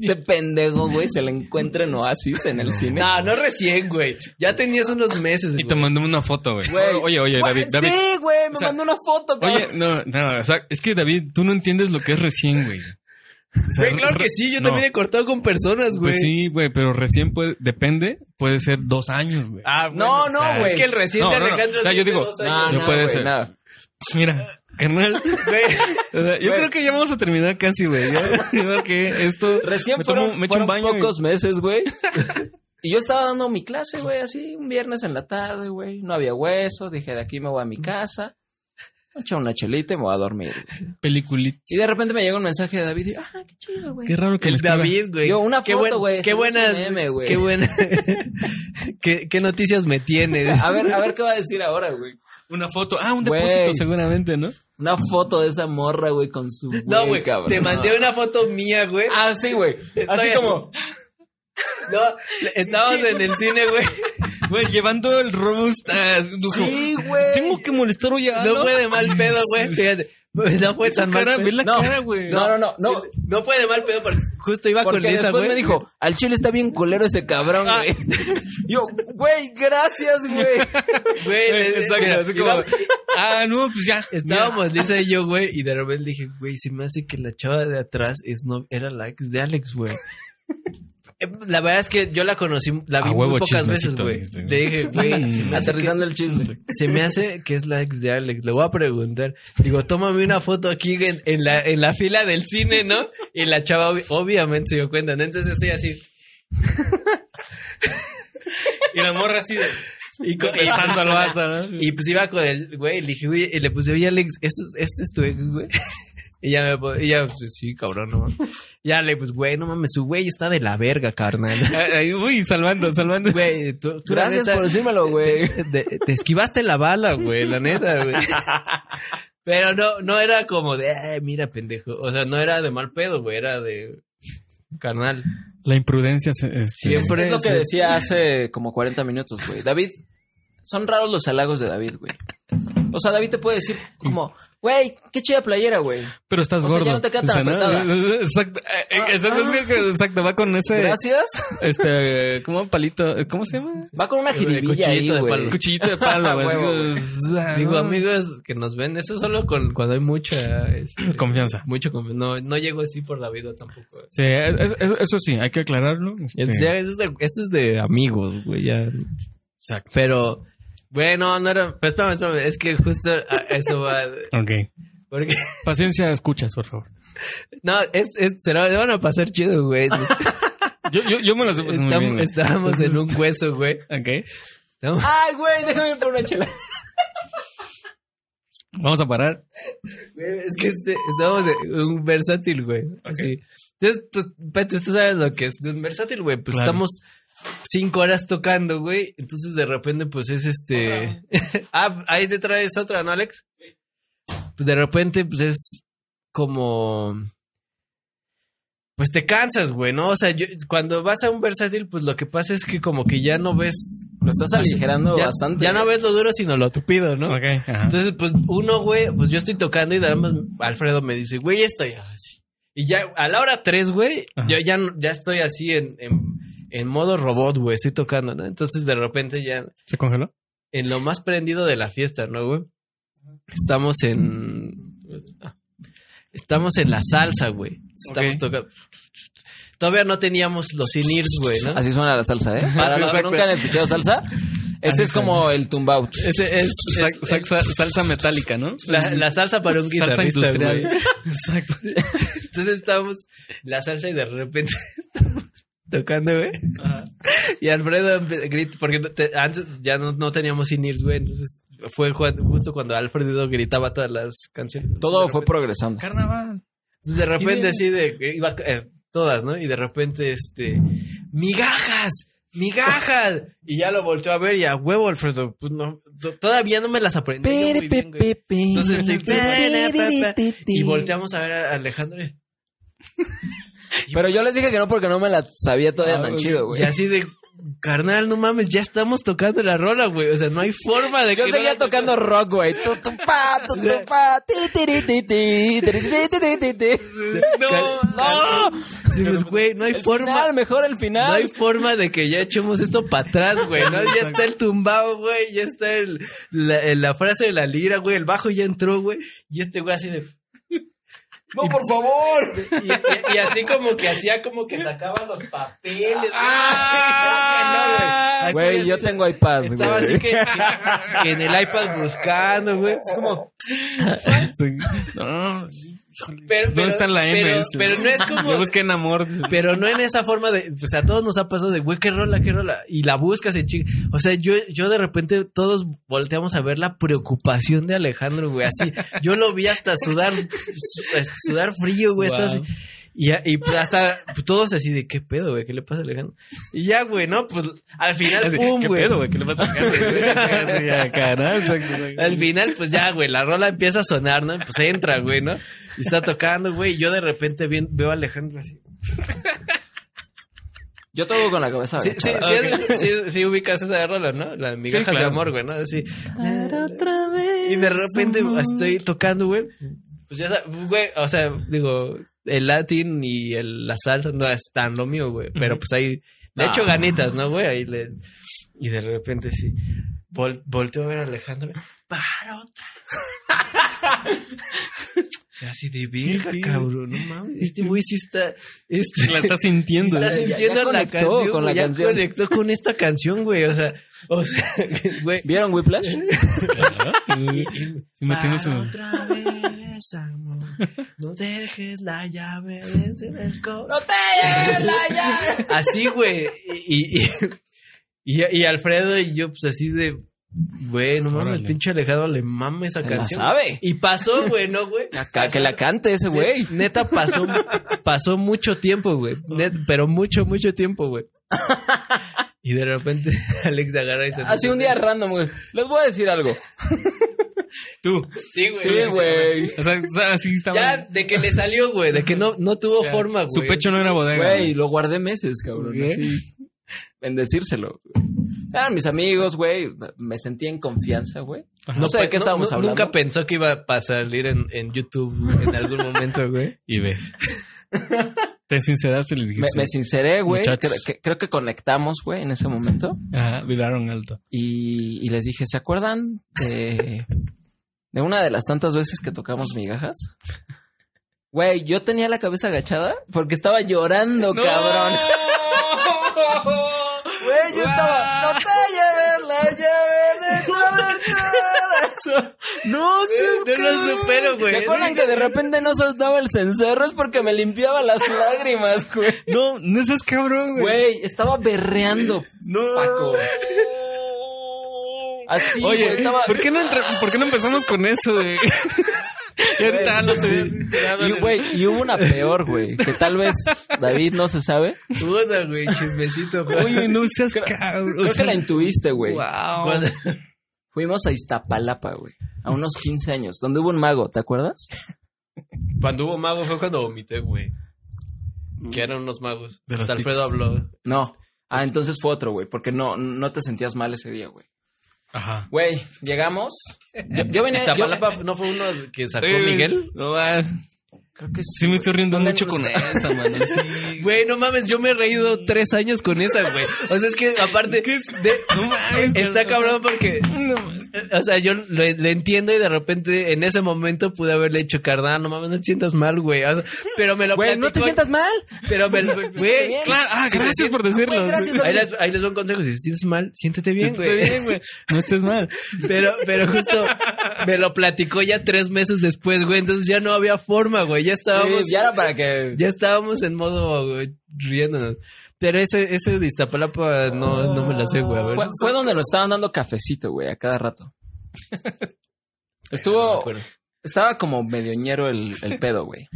C: Este pendejo, güey, se le encuentra en Oasis en el cine.
A: No, no recién, güey. Ya tenías unos meses,
B: Y te
A: güey.
B: mandó una foto, güey.
C: Güey.
B: Oye, oye, David,
C: Güey,
B: David.
C: Sí, güey, me
B: O sea,
C: mandó una foto, cabrón.
B: Oye, no, no, o sea, es que David, tú no entiendes lo que es recién, güey. O sea,
A: Güey, claro
B: re-
A: que sí, yo
B: no.
A: también he cortado con personas, güey.
B: Pues sí, güey, pero recién puede, depende, puede ser dos años, güey.
A: Ah,
C: No,
A: bueno,
C: no,
A: o sea,
C: güey.
A: Es que el reciente
B: No, no, no.
A: Alejandro
B: O sea, yo
A: tiene
B: digo,
A: dos
C: no,
A: años.
B: no
C: no,
B: puede
C: güey,
B: ser.
C: no.
B: Mira, carnal. O sea, yo
C: Güey.
B: creo que ya vamos a terminar casi, güey. Yo creo que esto.
C: Recién
B: me tomo-
C: fueron,
B: me echo un
C: fueron
B: baño y-
C: pocos meses, güey. Y yo estaba dando mi clase, güey, así, un viernes en la tarde, güey. No había hueso, dije, de aquí me voy a mi casa. Me echo una chelita y me voy a dormir. güey.
B: Peliculita.
C: Y de repente me llega un mensaje de David y yo, ah, qué chido, güey.
B: Qué raro que me
A: El
B: escriba.
A: David, güey.
C: Yo, una
A: Qué
C: foto,
A: buen-
C: güey,
A: Qué
C: se me hizo
A: buenas.
C: meme, güey.
A: qué buena. ¿Qué, qué noticias me tienes?
C: A ver, a ver qué va a decir ahora, güey.
B: Una foto. Ah, un
C: Güey.
B: depósito, seguramente, ¿no?
C: Una foto de esa morra, güey, con su.
A: No, güey.
C: cabrón.
A: Te mandé una foto mía, güey.
C: Ah, sí, güey. Así
A: Estoy-
C: como.
A: No, estábamos en el cine, güey.
B: Güey, llevando el robust. ah, dijo,
C: Sí, güey.
B: Tengo que molestar hoy a
A: No
B: Alan".
A: fue de mal pedo, güey. Fíjate. No fue
B: Esa
A: tan mal
B: cara,
A: pedo.
B: ve la
C: No.
B: cara, güey.
C: No, no, no, no.
A: No fue de mal pedo porque justo iba
C: Porque
A: con Lisa,
C: después
A: güey.
C: me dijo, al chile está bien culero ese cabrón,
A: Ah.
C: güey. Yo, güey, gracias, güey.
B: eh,
A: Güey, le-
B: Exacto,
A: mira,
B: así
A: iba-
B: como, ah, no, pues ya.
A: Estábamos Lisa y yo, güey, y de repente dije, güey, se me hace que la chava de atrás es no, era la ex de Alex, güey. Eh, La verdad es que yo la conocí, la
B: A
A: vi
B: huevo,
A: muy pocas veces,
B: chismecito,
A: güey.
B: dijiste,
A: Le dije,
B: Mm.
A: güey, se me hace que-
C: Aterrizando el chisme.
A: se me hace que es la ex de Alex. Le voy a preguntar. Digo, tómame una foto aquí en, en la, en la fila del cine, ¿no? Y la chava obvi- obviamente se dio cuenta. ¿no? Entonces estoy así.
B: Y la morra así de...
A: Y, con-
B: Besando al vato, ¿no?
A: y pues iba con el güey. Le dije, güey, y le puse, oye, Alex, ¿este, es- este es tu ex, güey? Y ya me pone- y ya, pues, sí, cabrón, no mames. Ya le, pues, güey, no mames, su güey está de la verga, carnal.
B: eh, Ahí, uy, salvando, salvando.
A: Güey, tú, tú la
C: Gracias
A: neta-
C: por decírmelo, güey.
A: De- te esquivaste la bala, güey, la neta, güey. Pero no, no era como de, "Ay, mira, pendejo. O sea, no era de mal pedo, güey, era de carnal.
B: La imprudencia se- este,
A: Siempre
C: Es lo que
A: se-
C: decía hace como 40 minutos, güey. David, son raros los halagos de David, güey. O sea, David te puede decir como, güey, qué chida playera, güey.
B: Pero estás
C: O sea, ya
B: gordo.
C: no te queda tan
B: ¿no?
C: apretada.
B: Exacto. eh, eh,
C: Ah,
B: exacto,
C: ah.
B: es que- exacto, va con ese...
C: Gracias.
B: Este, como palito, eh, ¿cómo se llama?
C: Va con una
A: Yo de
C: jiribilla ahí,
A: cuchillito de
C: güey.
A: palo.
B: Cuchillito de palo, güey. así
C: Huevo,
B: como,
C: güey.
B: "Za",
A: Digo,
B: ¿no?
A: amigos que nos ven, eso solo con, cuando hay mucha. este,
B: Confianza.
A: mucho confi- No, no llego así por la vida tampoco.
B: Sí, es- es- eso sí, hay que aclararlo. este,
A: Eso, ya- eso es de, eso es de amigos, güey, ya.
B: Exacto.
A: Pero, bueno, no era. Pero espérame, espérame, es que justo a eso va.
B: Ok.
A: Porque
B: Paciencia, escuchas, por favor.
A: No, es, es- se la van a pasar chido, güey.
B: Yo, yo, yo me las he pasado muy bien,
A: Estam-
B: güey.
A: estábamos en un hueso, güey.
B: Ok.
A: Estábamos-
C: Ay, güey, déjame ir por una chela.
B: Vamos a parar.
A: güey, Es que este, estábamos en un versátil, güey. Así. Entonces, pues, Pete, tú sabes lo que es un versátil, güey. Pues
B: Claro.
A: estamos cinco horas tocando, güey. Entonces, de repente, pues es este. ah, ahí te traes otra, ¿no, Alex? Pues de repente, pues es como. Pues te cansas, güey, ¿no? O sea, yo- cuando vas a un versátil, pues lo que pasa es que como que ya no ves
C: Lo estás aligerando
A: ya,
C: bastante.
A: ya no
C: güey.
A: ves lo duro, sino lo tupido, ¿no?
B: Ok. ajá.
A: Entonces, pues uno, güey, pues yo estoy tocando y nada más Alfredo me dice, güey, estoy así. Y ya a la hora tres, güey,
B: Ajá.
A: yo ya, no- ya estoy así en, en, en modo robot, güey, estoy tocando, ¿no? Entonces, de repente ya
B: ¿Se congeló?
A: en lo más prendido de la fiesta, ¿no, güey? Estamos en... Estamos en la salsa, güey. Estamos
B: Ok.
A: tocando... Todavía no teníamos los in-ears, güey, ¿no?
C: Así suena la salsa, ¿eh? Para
B: Sí,
C: los que
B: exacto.
C: nunca han escuchado salsa,
B: Así
C: este es como el tumbao.
A: Ese es, es-
B: Sa- salsa, salsa metálica, ¿no?
A: la, la salsa para un
B: salsa
A: guitarrista,
B: industrial.
A: güey.
B: Exacto.
A: Entonces estábamos la salsa y de repente tocando, güey. Y Alfredo empe- grita, porque no te- antes ya no, no teníamos in güey. Entonces fue ju- justo cuando Alfredo gritaba todas las canciones.
C: Todo
A: De
C: fue
A: repente-
C: progresando.
B: Carnaval.
A: Entonces de repente
B: Ideal.
A: así de... que Iba, eh, todas, ¿no? Y de repente, este... ¡Migajas! ¡Migajas! Y ya lo volteó a ver y a huevo, Alfredo. Pues no, to- todavía no me las aprendí yo muy bien, güey. Entonces, le- y volteamos a ver a Alejandro. y-
C: Pero yo les dije que no porque no me la sabía todavía
B: Ah,
C: tan
B: ok.
C: chido, güey.
A: Y así de, carnal, no mames, ya estamos tocando la rola, güey. O sea, no hay forma de
C: Yo
A: que.
C: seguía
A: no la toque-
C: tocando rock, güey. Tu, tu, pa, tu, tu, pa, ti, ti, ri, ti, ti, ti, ri, ti, ti, ti, ti, ti.
B: No,
C: No,
A: Decimos, güey, no hay
C: el
A: forma.
C: final, mejor el
A: No hay
C: final.
A: forma de que ya echemos esto para atrás, güey, ¿no? Ya está el tumbado, güey, ya está el, la, el- la frase de la lira, güey, el bajo ya entró, güey, y este güey así de...
C: No, por favor.
A: Y, y- y así como que hacía como que sacaba los papeles. güey.
C: Ah,
A: Claro sea,
C: Güey, yo
A: estaba
C: tengo iPad,
A: así-
C: güey.
A: Estaba así que, que- que en el iPad buscando, güey. Es como.
B: No,
A: Pero,
B: ¿Dónde
A: pero-
B: está la M?
A: Pero,
B: Este.
A: pero no es como.
B: Yo busqué en amor.
A: Pero no en esa forma de, o sea, a todos nos ha pasado de, güey, qué rola, qué rola. Y la buscas en ching. O sea, yo, yo de repente todos volteamos a ver la preocupación de Alejandro, güey, así. Yo lo vi hasta sudar, hasta sudar frío, güey, hasta así.
B: Wow.
A: Y, y hasta todos así de, qué pedo, güey, qué le pasa a Alejandro. Y ya, güey, no, pues al final,
B: Así,
A: pum,
B: ¿Qué
A: güey.
B: pedo, güey? ¿Qué le pasa a Alejandro? Así, acá, ¿no? Exacto.
A: Al final, pues ya, güey, la rola empieza a sonar, ¿no? Pues entra, güey, ¿no? Y está tocando, güey, y yo de repente vi- veo a Alejandro así.
C: Yo todo con la cabeza.
A: Sí, sí,
C: agachada.
A: sí, sí, sí ubicas esa rola, ¿no? La de migajas
B: claro.
A: de amor, güey, ¿no? Así. Y de repente estoy tocando, güey. Pues ya sabes, güey, o sea, digo, el latín y el- la salsa no es tan lo mío, güey. Pero pues ahí, le
C: Ah.
A: echo ganitas, ¿no, güey? Ahí le... Y de repente sí. Vol- volteo a ver a Alejandro. güey, Para otra. Y así de virga, cabrón, no mames. Este güey sí está. Este,
B: La está sintiendo.
A: Está
C: Ya- ya
A: sintiendo la
C: conectó
A: canción,
C: con
A: güey,
C: la
A: ya
C: canción.
A: conectó con esta canción, güey. O sea, o sea, güey.
C: ¿Vieron Whiplash?
B: Y metiendo su...
A: Para otra vez, amor. No dejes la llave en el coro.
D: ¡No te lleves la llave!
A: Así, güey. Y, y, y- y Alfredo y yo, pues así de. Güey, no mames,
B: Órale.
A: el pinche Alejado le mama esa
C: Se la
A: canción.
C: sabe.
A: Y pasó, güey, ¿no, güey?
C: Acá, que la cante ese güey.
A: Neta pasó, pasó mucho tiempo, güey. Net- pero mucho, mucho tiempo, güey. Y de repente Alex agarra y se.
C: Hace Ah, un día random, güey. Les voy a decir algo.
B: Tú.
A: Sí, güey.
C: Sí, güey.
B: O sea, o sea, así estaba.
A: Ya, de que le salió, güey. De que no, no tuvo
B: Ya.
A: forma, güey.
B: Su pecho no era bodega.
C: Güey, lo guardé meses, cabrón.
A: ¿Qué?
C: Así. Bendecírselo. Eran mis amigos, güey. Me sentí en confianza, güey.
B: Ajá.
C: No sé de qué
A: Pues, No,
C: estábamos
A: no,
C: hablando.
A: Nunca pensó que iba a salir en, en YouTube en algún momento, güey.
B: Y ve. Te sinceraste y les
C: me,
B: dijiste.
C: me sinceré, güey.
B: Muchachos.
C: Cre- que- creo que conectamos, güey, en ese momento.
B: Ajá, vibraron alto.
C: Y, y les dije, ¿se acuerdan de, de una de las tantas veces que tocamos migajas? Güey, yo tenía la cabeza agachada porque estaba llorando, cabrón. Güey, yo estaba. ¡No te lleves la llave dentro del corazón".
A: No, no lo supero, güey.
C: ¿Se acuerdan que de repente no soltaba el cencerro? Es porque me limpiaba las lágrimas, güey.
B: No, no seas cabrón,
C: Güey, estaba berreando,
B: No.
C: Paco. Así,
B: Oye,
C: güey, estaba...
B: ¿por, qué no entra- por qué no empezamos con eso, güey? y ahorita no sé.
C: Y, güey, y hubo una peor, güey, que tal vez David no se sabe.
A: Puta, güey, chismecito, güey.
B: Oye, no seas cabrón.
C: Creo que la intuiste, güey.
B: Wow.
A: Cuando-
C: Fuimos a Iztapalapa, güey, a unos 15 años, donde hubo un mago, ¿te acuerdas?
A: Cuando hubo mago fue cuando vomité, güey. Que eran unos magos.
B: De
A: Hasta
B: las
A: Alfredo
B: pizzas.
A: habló.
C: No. Ah, entonces fue otro, güey, porque no, no te sentías mal ese día, güey.
B: Ajá.
C: Güey, llegamos. Yo, yo venía... yo-
A: Iztapalapa no fue uno que sacó Miguel.
B: No va.
C: creo que
B: Sí, me estoy riendo
C: Pongan
B: mucho con
C: ustedes.
B: esa, mano. Sí.
A: Güey, no mames, yo me he reído tres años con esa, güey. O sea, es que aparte, de-
B: No mames.
A: está cabrón porque
B: No mames.
A: O sea, yo lo, lo entiendo y de repente en ese momento pude haberle hecho carnal, no mames, no te sientas mal, güey. O sea, pero me lo
C: Güey, no te
A: platicó-
C: sientas mal.
A: Pero me lo güey.
C: bien.
B: Claro, ah,
A: Sí,
B: gracias
A: sí.
B: por decirlo.
C: Güey, gracias,
A: Ahí les, ahí les doy un consejo, si te sientes mal, siéntete bien,
B: Está
A: güey.
B: bien, güey. No estés mal.
A: Pero, pero justo me lo platicó ya tres meses después, güey. Entonces ya no había forma, güey. Ya estábamos,
C: Sí, ya era para que...
A: ya estábamos en modo güey, riéndonos. Pero ese, ese de Iztapalapa no, no me la sé, güey. A ver.
C: Fue, fue donde nos estaban dando cafecito, güey, a cada rato. Estuvo... Estaba como medio ñero el, el pedo, güey.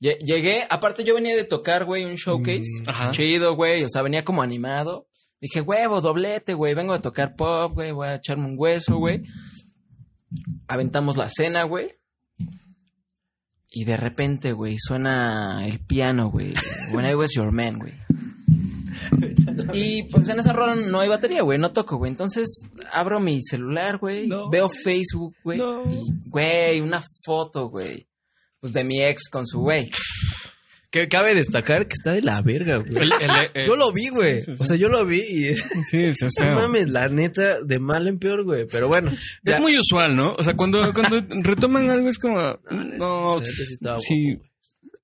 C: Lle- Llegué, aparte yo venía de tocar, güey, un showcase.
B: Mm, ajá.
C: Chido, güey, o sea, venía como animado. Dije, huevo, doblete, güey, vengo de tocar pop, güey, voy a echarme un hueso, güey. Aventamos la cena, güey. Y de repente, güey, suena el piano, güey. When I was your man, güey. Y pues en esa rola no hay batería, güey, no toco, güey. Entonces abro mi celular, güey.
B: No.
C: Veo Facebook, güey.
B: No.
C: Y, güey, una foto, güey. Pues de mi ex con su güey.
A: Que cabe destacar que está de la verga, güey.
B: El- el- el-
A: Yo lo vi, güey.
B: sí, sí.
A: O sea, yo lo vi y
B: Sí, o sea, es
A: No
B: feo.
A: mames, la neta, de mal en peor, güey. Pero bueno.
B: Es
A: ya.
B: muy
C: Ah,
B: usual, ¿no? O sea, cuando, cuando retoman algo es como.
A: La
B: No.
A: neta sí estaba
B: Sí.
A: guapo,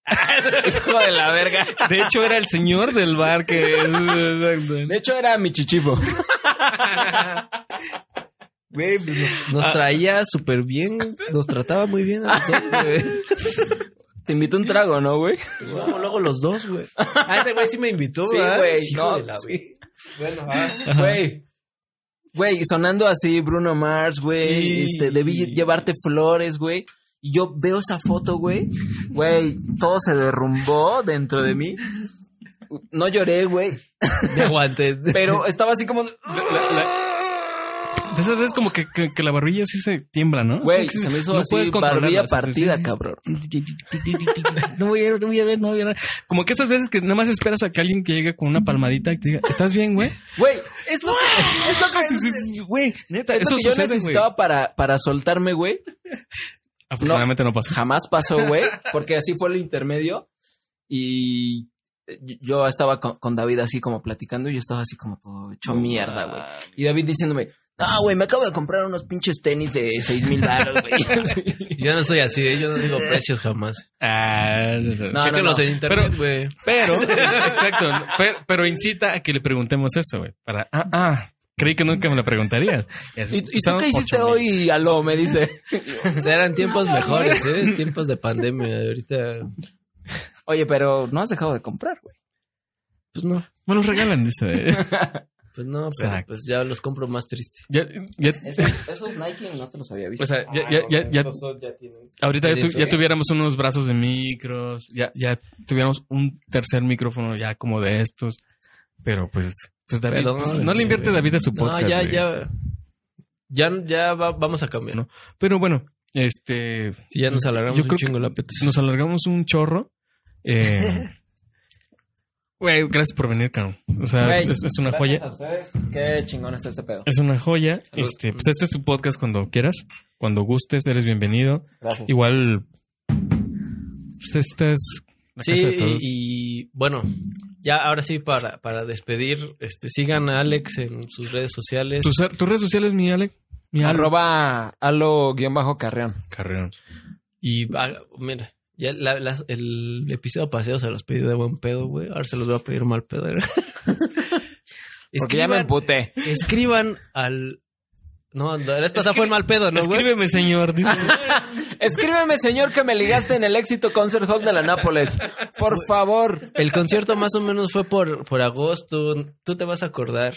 C: Hijo de la verga.
B: De hecho, era el señor del bar que.
C: De hecho, era mi chichifo.
A: Güey, pues, nos-
C: Ah.
A: nos traía súper bien, nos trataba muy bien a los dos, güey.
C: Te invito un trago, ¿no, güey?
A: Pues, vamos luego los dos, güey. Ah, ese güey sí me invitó,
C: Sí,
A: ¿verdad?
C: güey.
A: Hijo
C: No,
A: de la
C: sí.
A: verga. Bueno, ah.
C: Güey. Güey, sonando así Bruno Mars, güey.
A: Sí.
C: Este, debí llevarte flores, güey. Y yo veo esa foto, güey. Güey, todo se derrumbó dentro de mí. No lloré, güey.
A: Me aguanté.
C: Pero estaba así como... de-
B: Ah, De esas veces como que, que- que la barbilla sí se tiembla, ¿no?
C: Güey,
B: Es como que
C: se me hizo
B: no
C: así
B: puedes controlarla,
C: barbilla
B: o sea, sí, sí,
C: partida,
B: sí.
C: cabrón.
B: No voy a ir, no voy a ver, no voy a ver. Como que esas veces que nada más esperas a que alguien que llegue con una palmadita y te diga, ¿estás bien, güey?
C: Güey, es lo que... Es lo que...
B: Sí, sí, sí, Güey, neta,
C: es
B: eso
C: lo que yo
B: sucede, güey.
C: necesitaba para, para soltarme, güey.
B: Afortunadamente no, pasó.
C: jamás pasó, güey, porque así fue el intermedio y yo estaba con, con David así como platicando y yo estaba así como todo hecho mierda, güey. Y David diciéndome, no, güey, me acabo de comprar unos pinches tenis de seis mil baros, güey.
A: Yo no soy así, ¿eh? yo no digo precios jamás.
B: Ah,
C: No, no,
A: Chéquenlos
C: no.
A: en internet, güey.
B: Pero, exacto, pero, pero incita a que le preguntemos eso, güey. Para, ah, ah, creí que nunca me lo preguntarías.
C: ¿Y, y tú qué hiciste hoy, Aló? Me dice,
A: O sea, eran tiempos mejores, ¿eh? Tiempos de pandemia. Ahorita,
C: oye, pero no has dejado de comprar, güey.
A: pues no.
B: Me los regalan, dice.
A: Pues no, pero
B: Exacto.
A: pues ya los compro más triste.
B: Ya, ya,
C: Esos, esos Nike no te los había visto.
B: o sea, ya, ya, ya, ya- ahorita ya, tu- ya tuviéramos unos brazos de micros, ya, ya tuviéramos un tercer micrófono ya como de estos, pero pues, pues David,
A: Pero
B: pues,
A: no,
B: no le
A: güey.
B: invierte David a su podcast.
A: no, ya,
B: güey.
A: ya. Ya, ya va- vamos a cambiar.
B: No. Pero bueno, este,
A: Si ya nos alargamos
B: Yo
A: un
B: creo
A: chingo
B: que-
A: la peta.
B: nos alargamos un chorro. Eh, Güey, gracias por venir, cabrón. O sea,
C: Güey,
B: es, es una
C: Gracias
B: joya.
C: a ustedes. Qué chingón está este pedo.
B: Es una joya.
C: Saludos.
B: Este, pues este es tu podcast cuando quieras, cuando gustes, eres bienvenido.
C: Gracias.
B: Igual, pues esta es la
A: Sí,
B: casa de todos.
A: y bueno, ya ahora sí, para, para despedir, este, sigan a Alex en sus redes sociales.
B: ¿Tus, tus redes sociales, mi Alec? Mi Alec.
C: Arroba alo-carreón.
B: Carreón.
A: Y haga- mira, ya la- las- el episodio paseo se los pedí de buen pedo, güey. Ahora se los voy a pedir mal pedo.
C: Porque ya me
A: Escriban-
C: emputé.
A: escriban al. No, la vez pasada fue el mal pedo, ¿no, güey? Ah.
B: Escríbeme, señor. dice.
C: Escríbeme, señor, que me ligaste en el éxito Concert Hall de la Nápoles. Por favor.
A: El concierto más o menos fue por, por agosto. Tú te vas a acordar.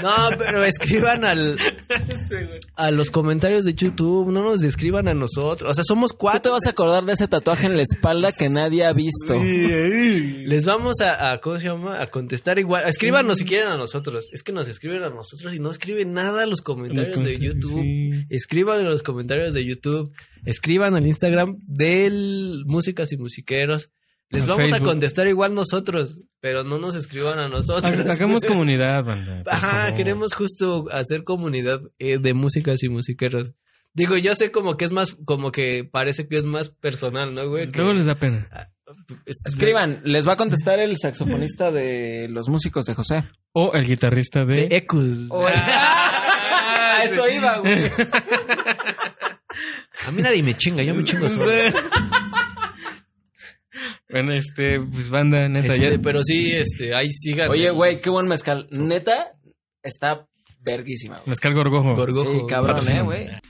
A: No, pero escriban al, a los comentarios de YouTube. No nos escriban a nosotros. O sea, somos
C: ¿Tú te
A: cuatro.
C: vas a acordar de ese tatuaje en la espalda que nadie ha visto?
A: Les vamos a, a- ¿cómo se llama? A contestar igual. Escríbanos si quieren a nosotros. Es que nos escriben a nosotros y no escriben nada a los comentarios de YouTube.
B: Sí.
A: Escriban en los comentarios de YouTube, escriban al Instagram del Músicas y Musiqueros. Les
B: Al
A: vamos
B: Facebook.
A: a contestar igual nosotros, pero no nos escriban a nosotros.
B: Ha- Hagamos comunidad, banda. por
A: Ajá,
B: favor.
A: queremos justo hacer comunidad eh, de músicas y musiqueros. Digo, yo sé como que es más, como que parece que es más personal, ¿no, güey? Que-
B: Luego les da pena.
A: es-
C: Escriban, les va a contestar el saxofonista de los músicos de José.
B: O el guitarrista
A: de
B: de...
A: Ecus.
C: A eso iba, güey.
A: A mí nadie me chinga, yo me chingo solo.
B: Bueno, este, pues banda, neta,
A: Este,
B: ya...
A: pero sí, este, ahí sigan.
C: Oye,
A: el
C: güey, qué buen mezcal. Neta, está verguísima, güey.
B: Mezcal Gorgojo.
A: Gorgojo.
C: Sí, cabrón,
B: patrocina.
C: eh, güey.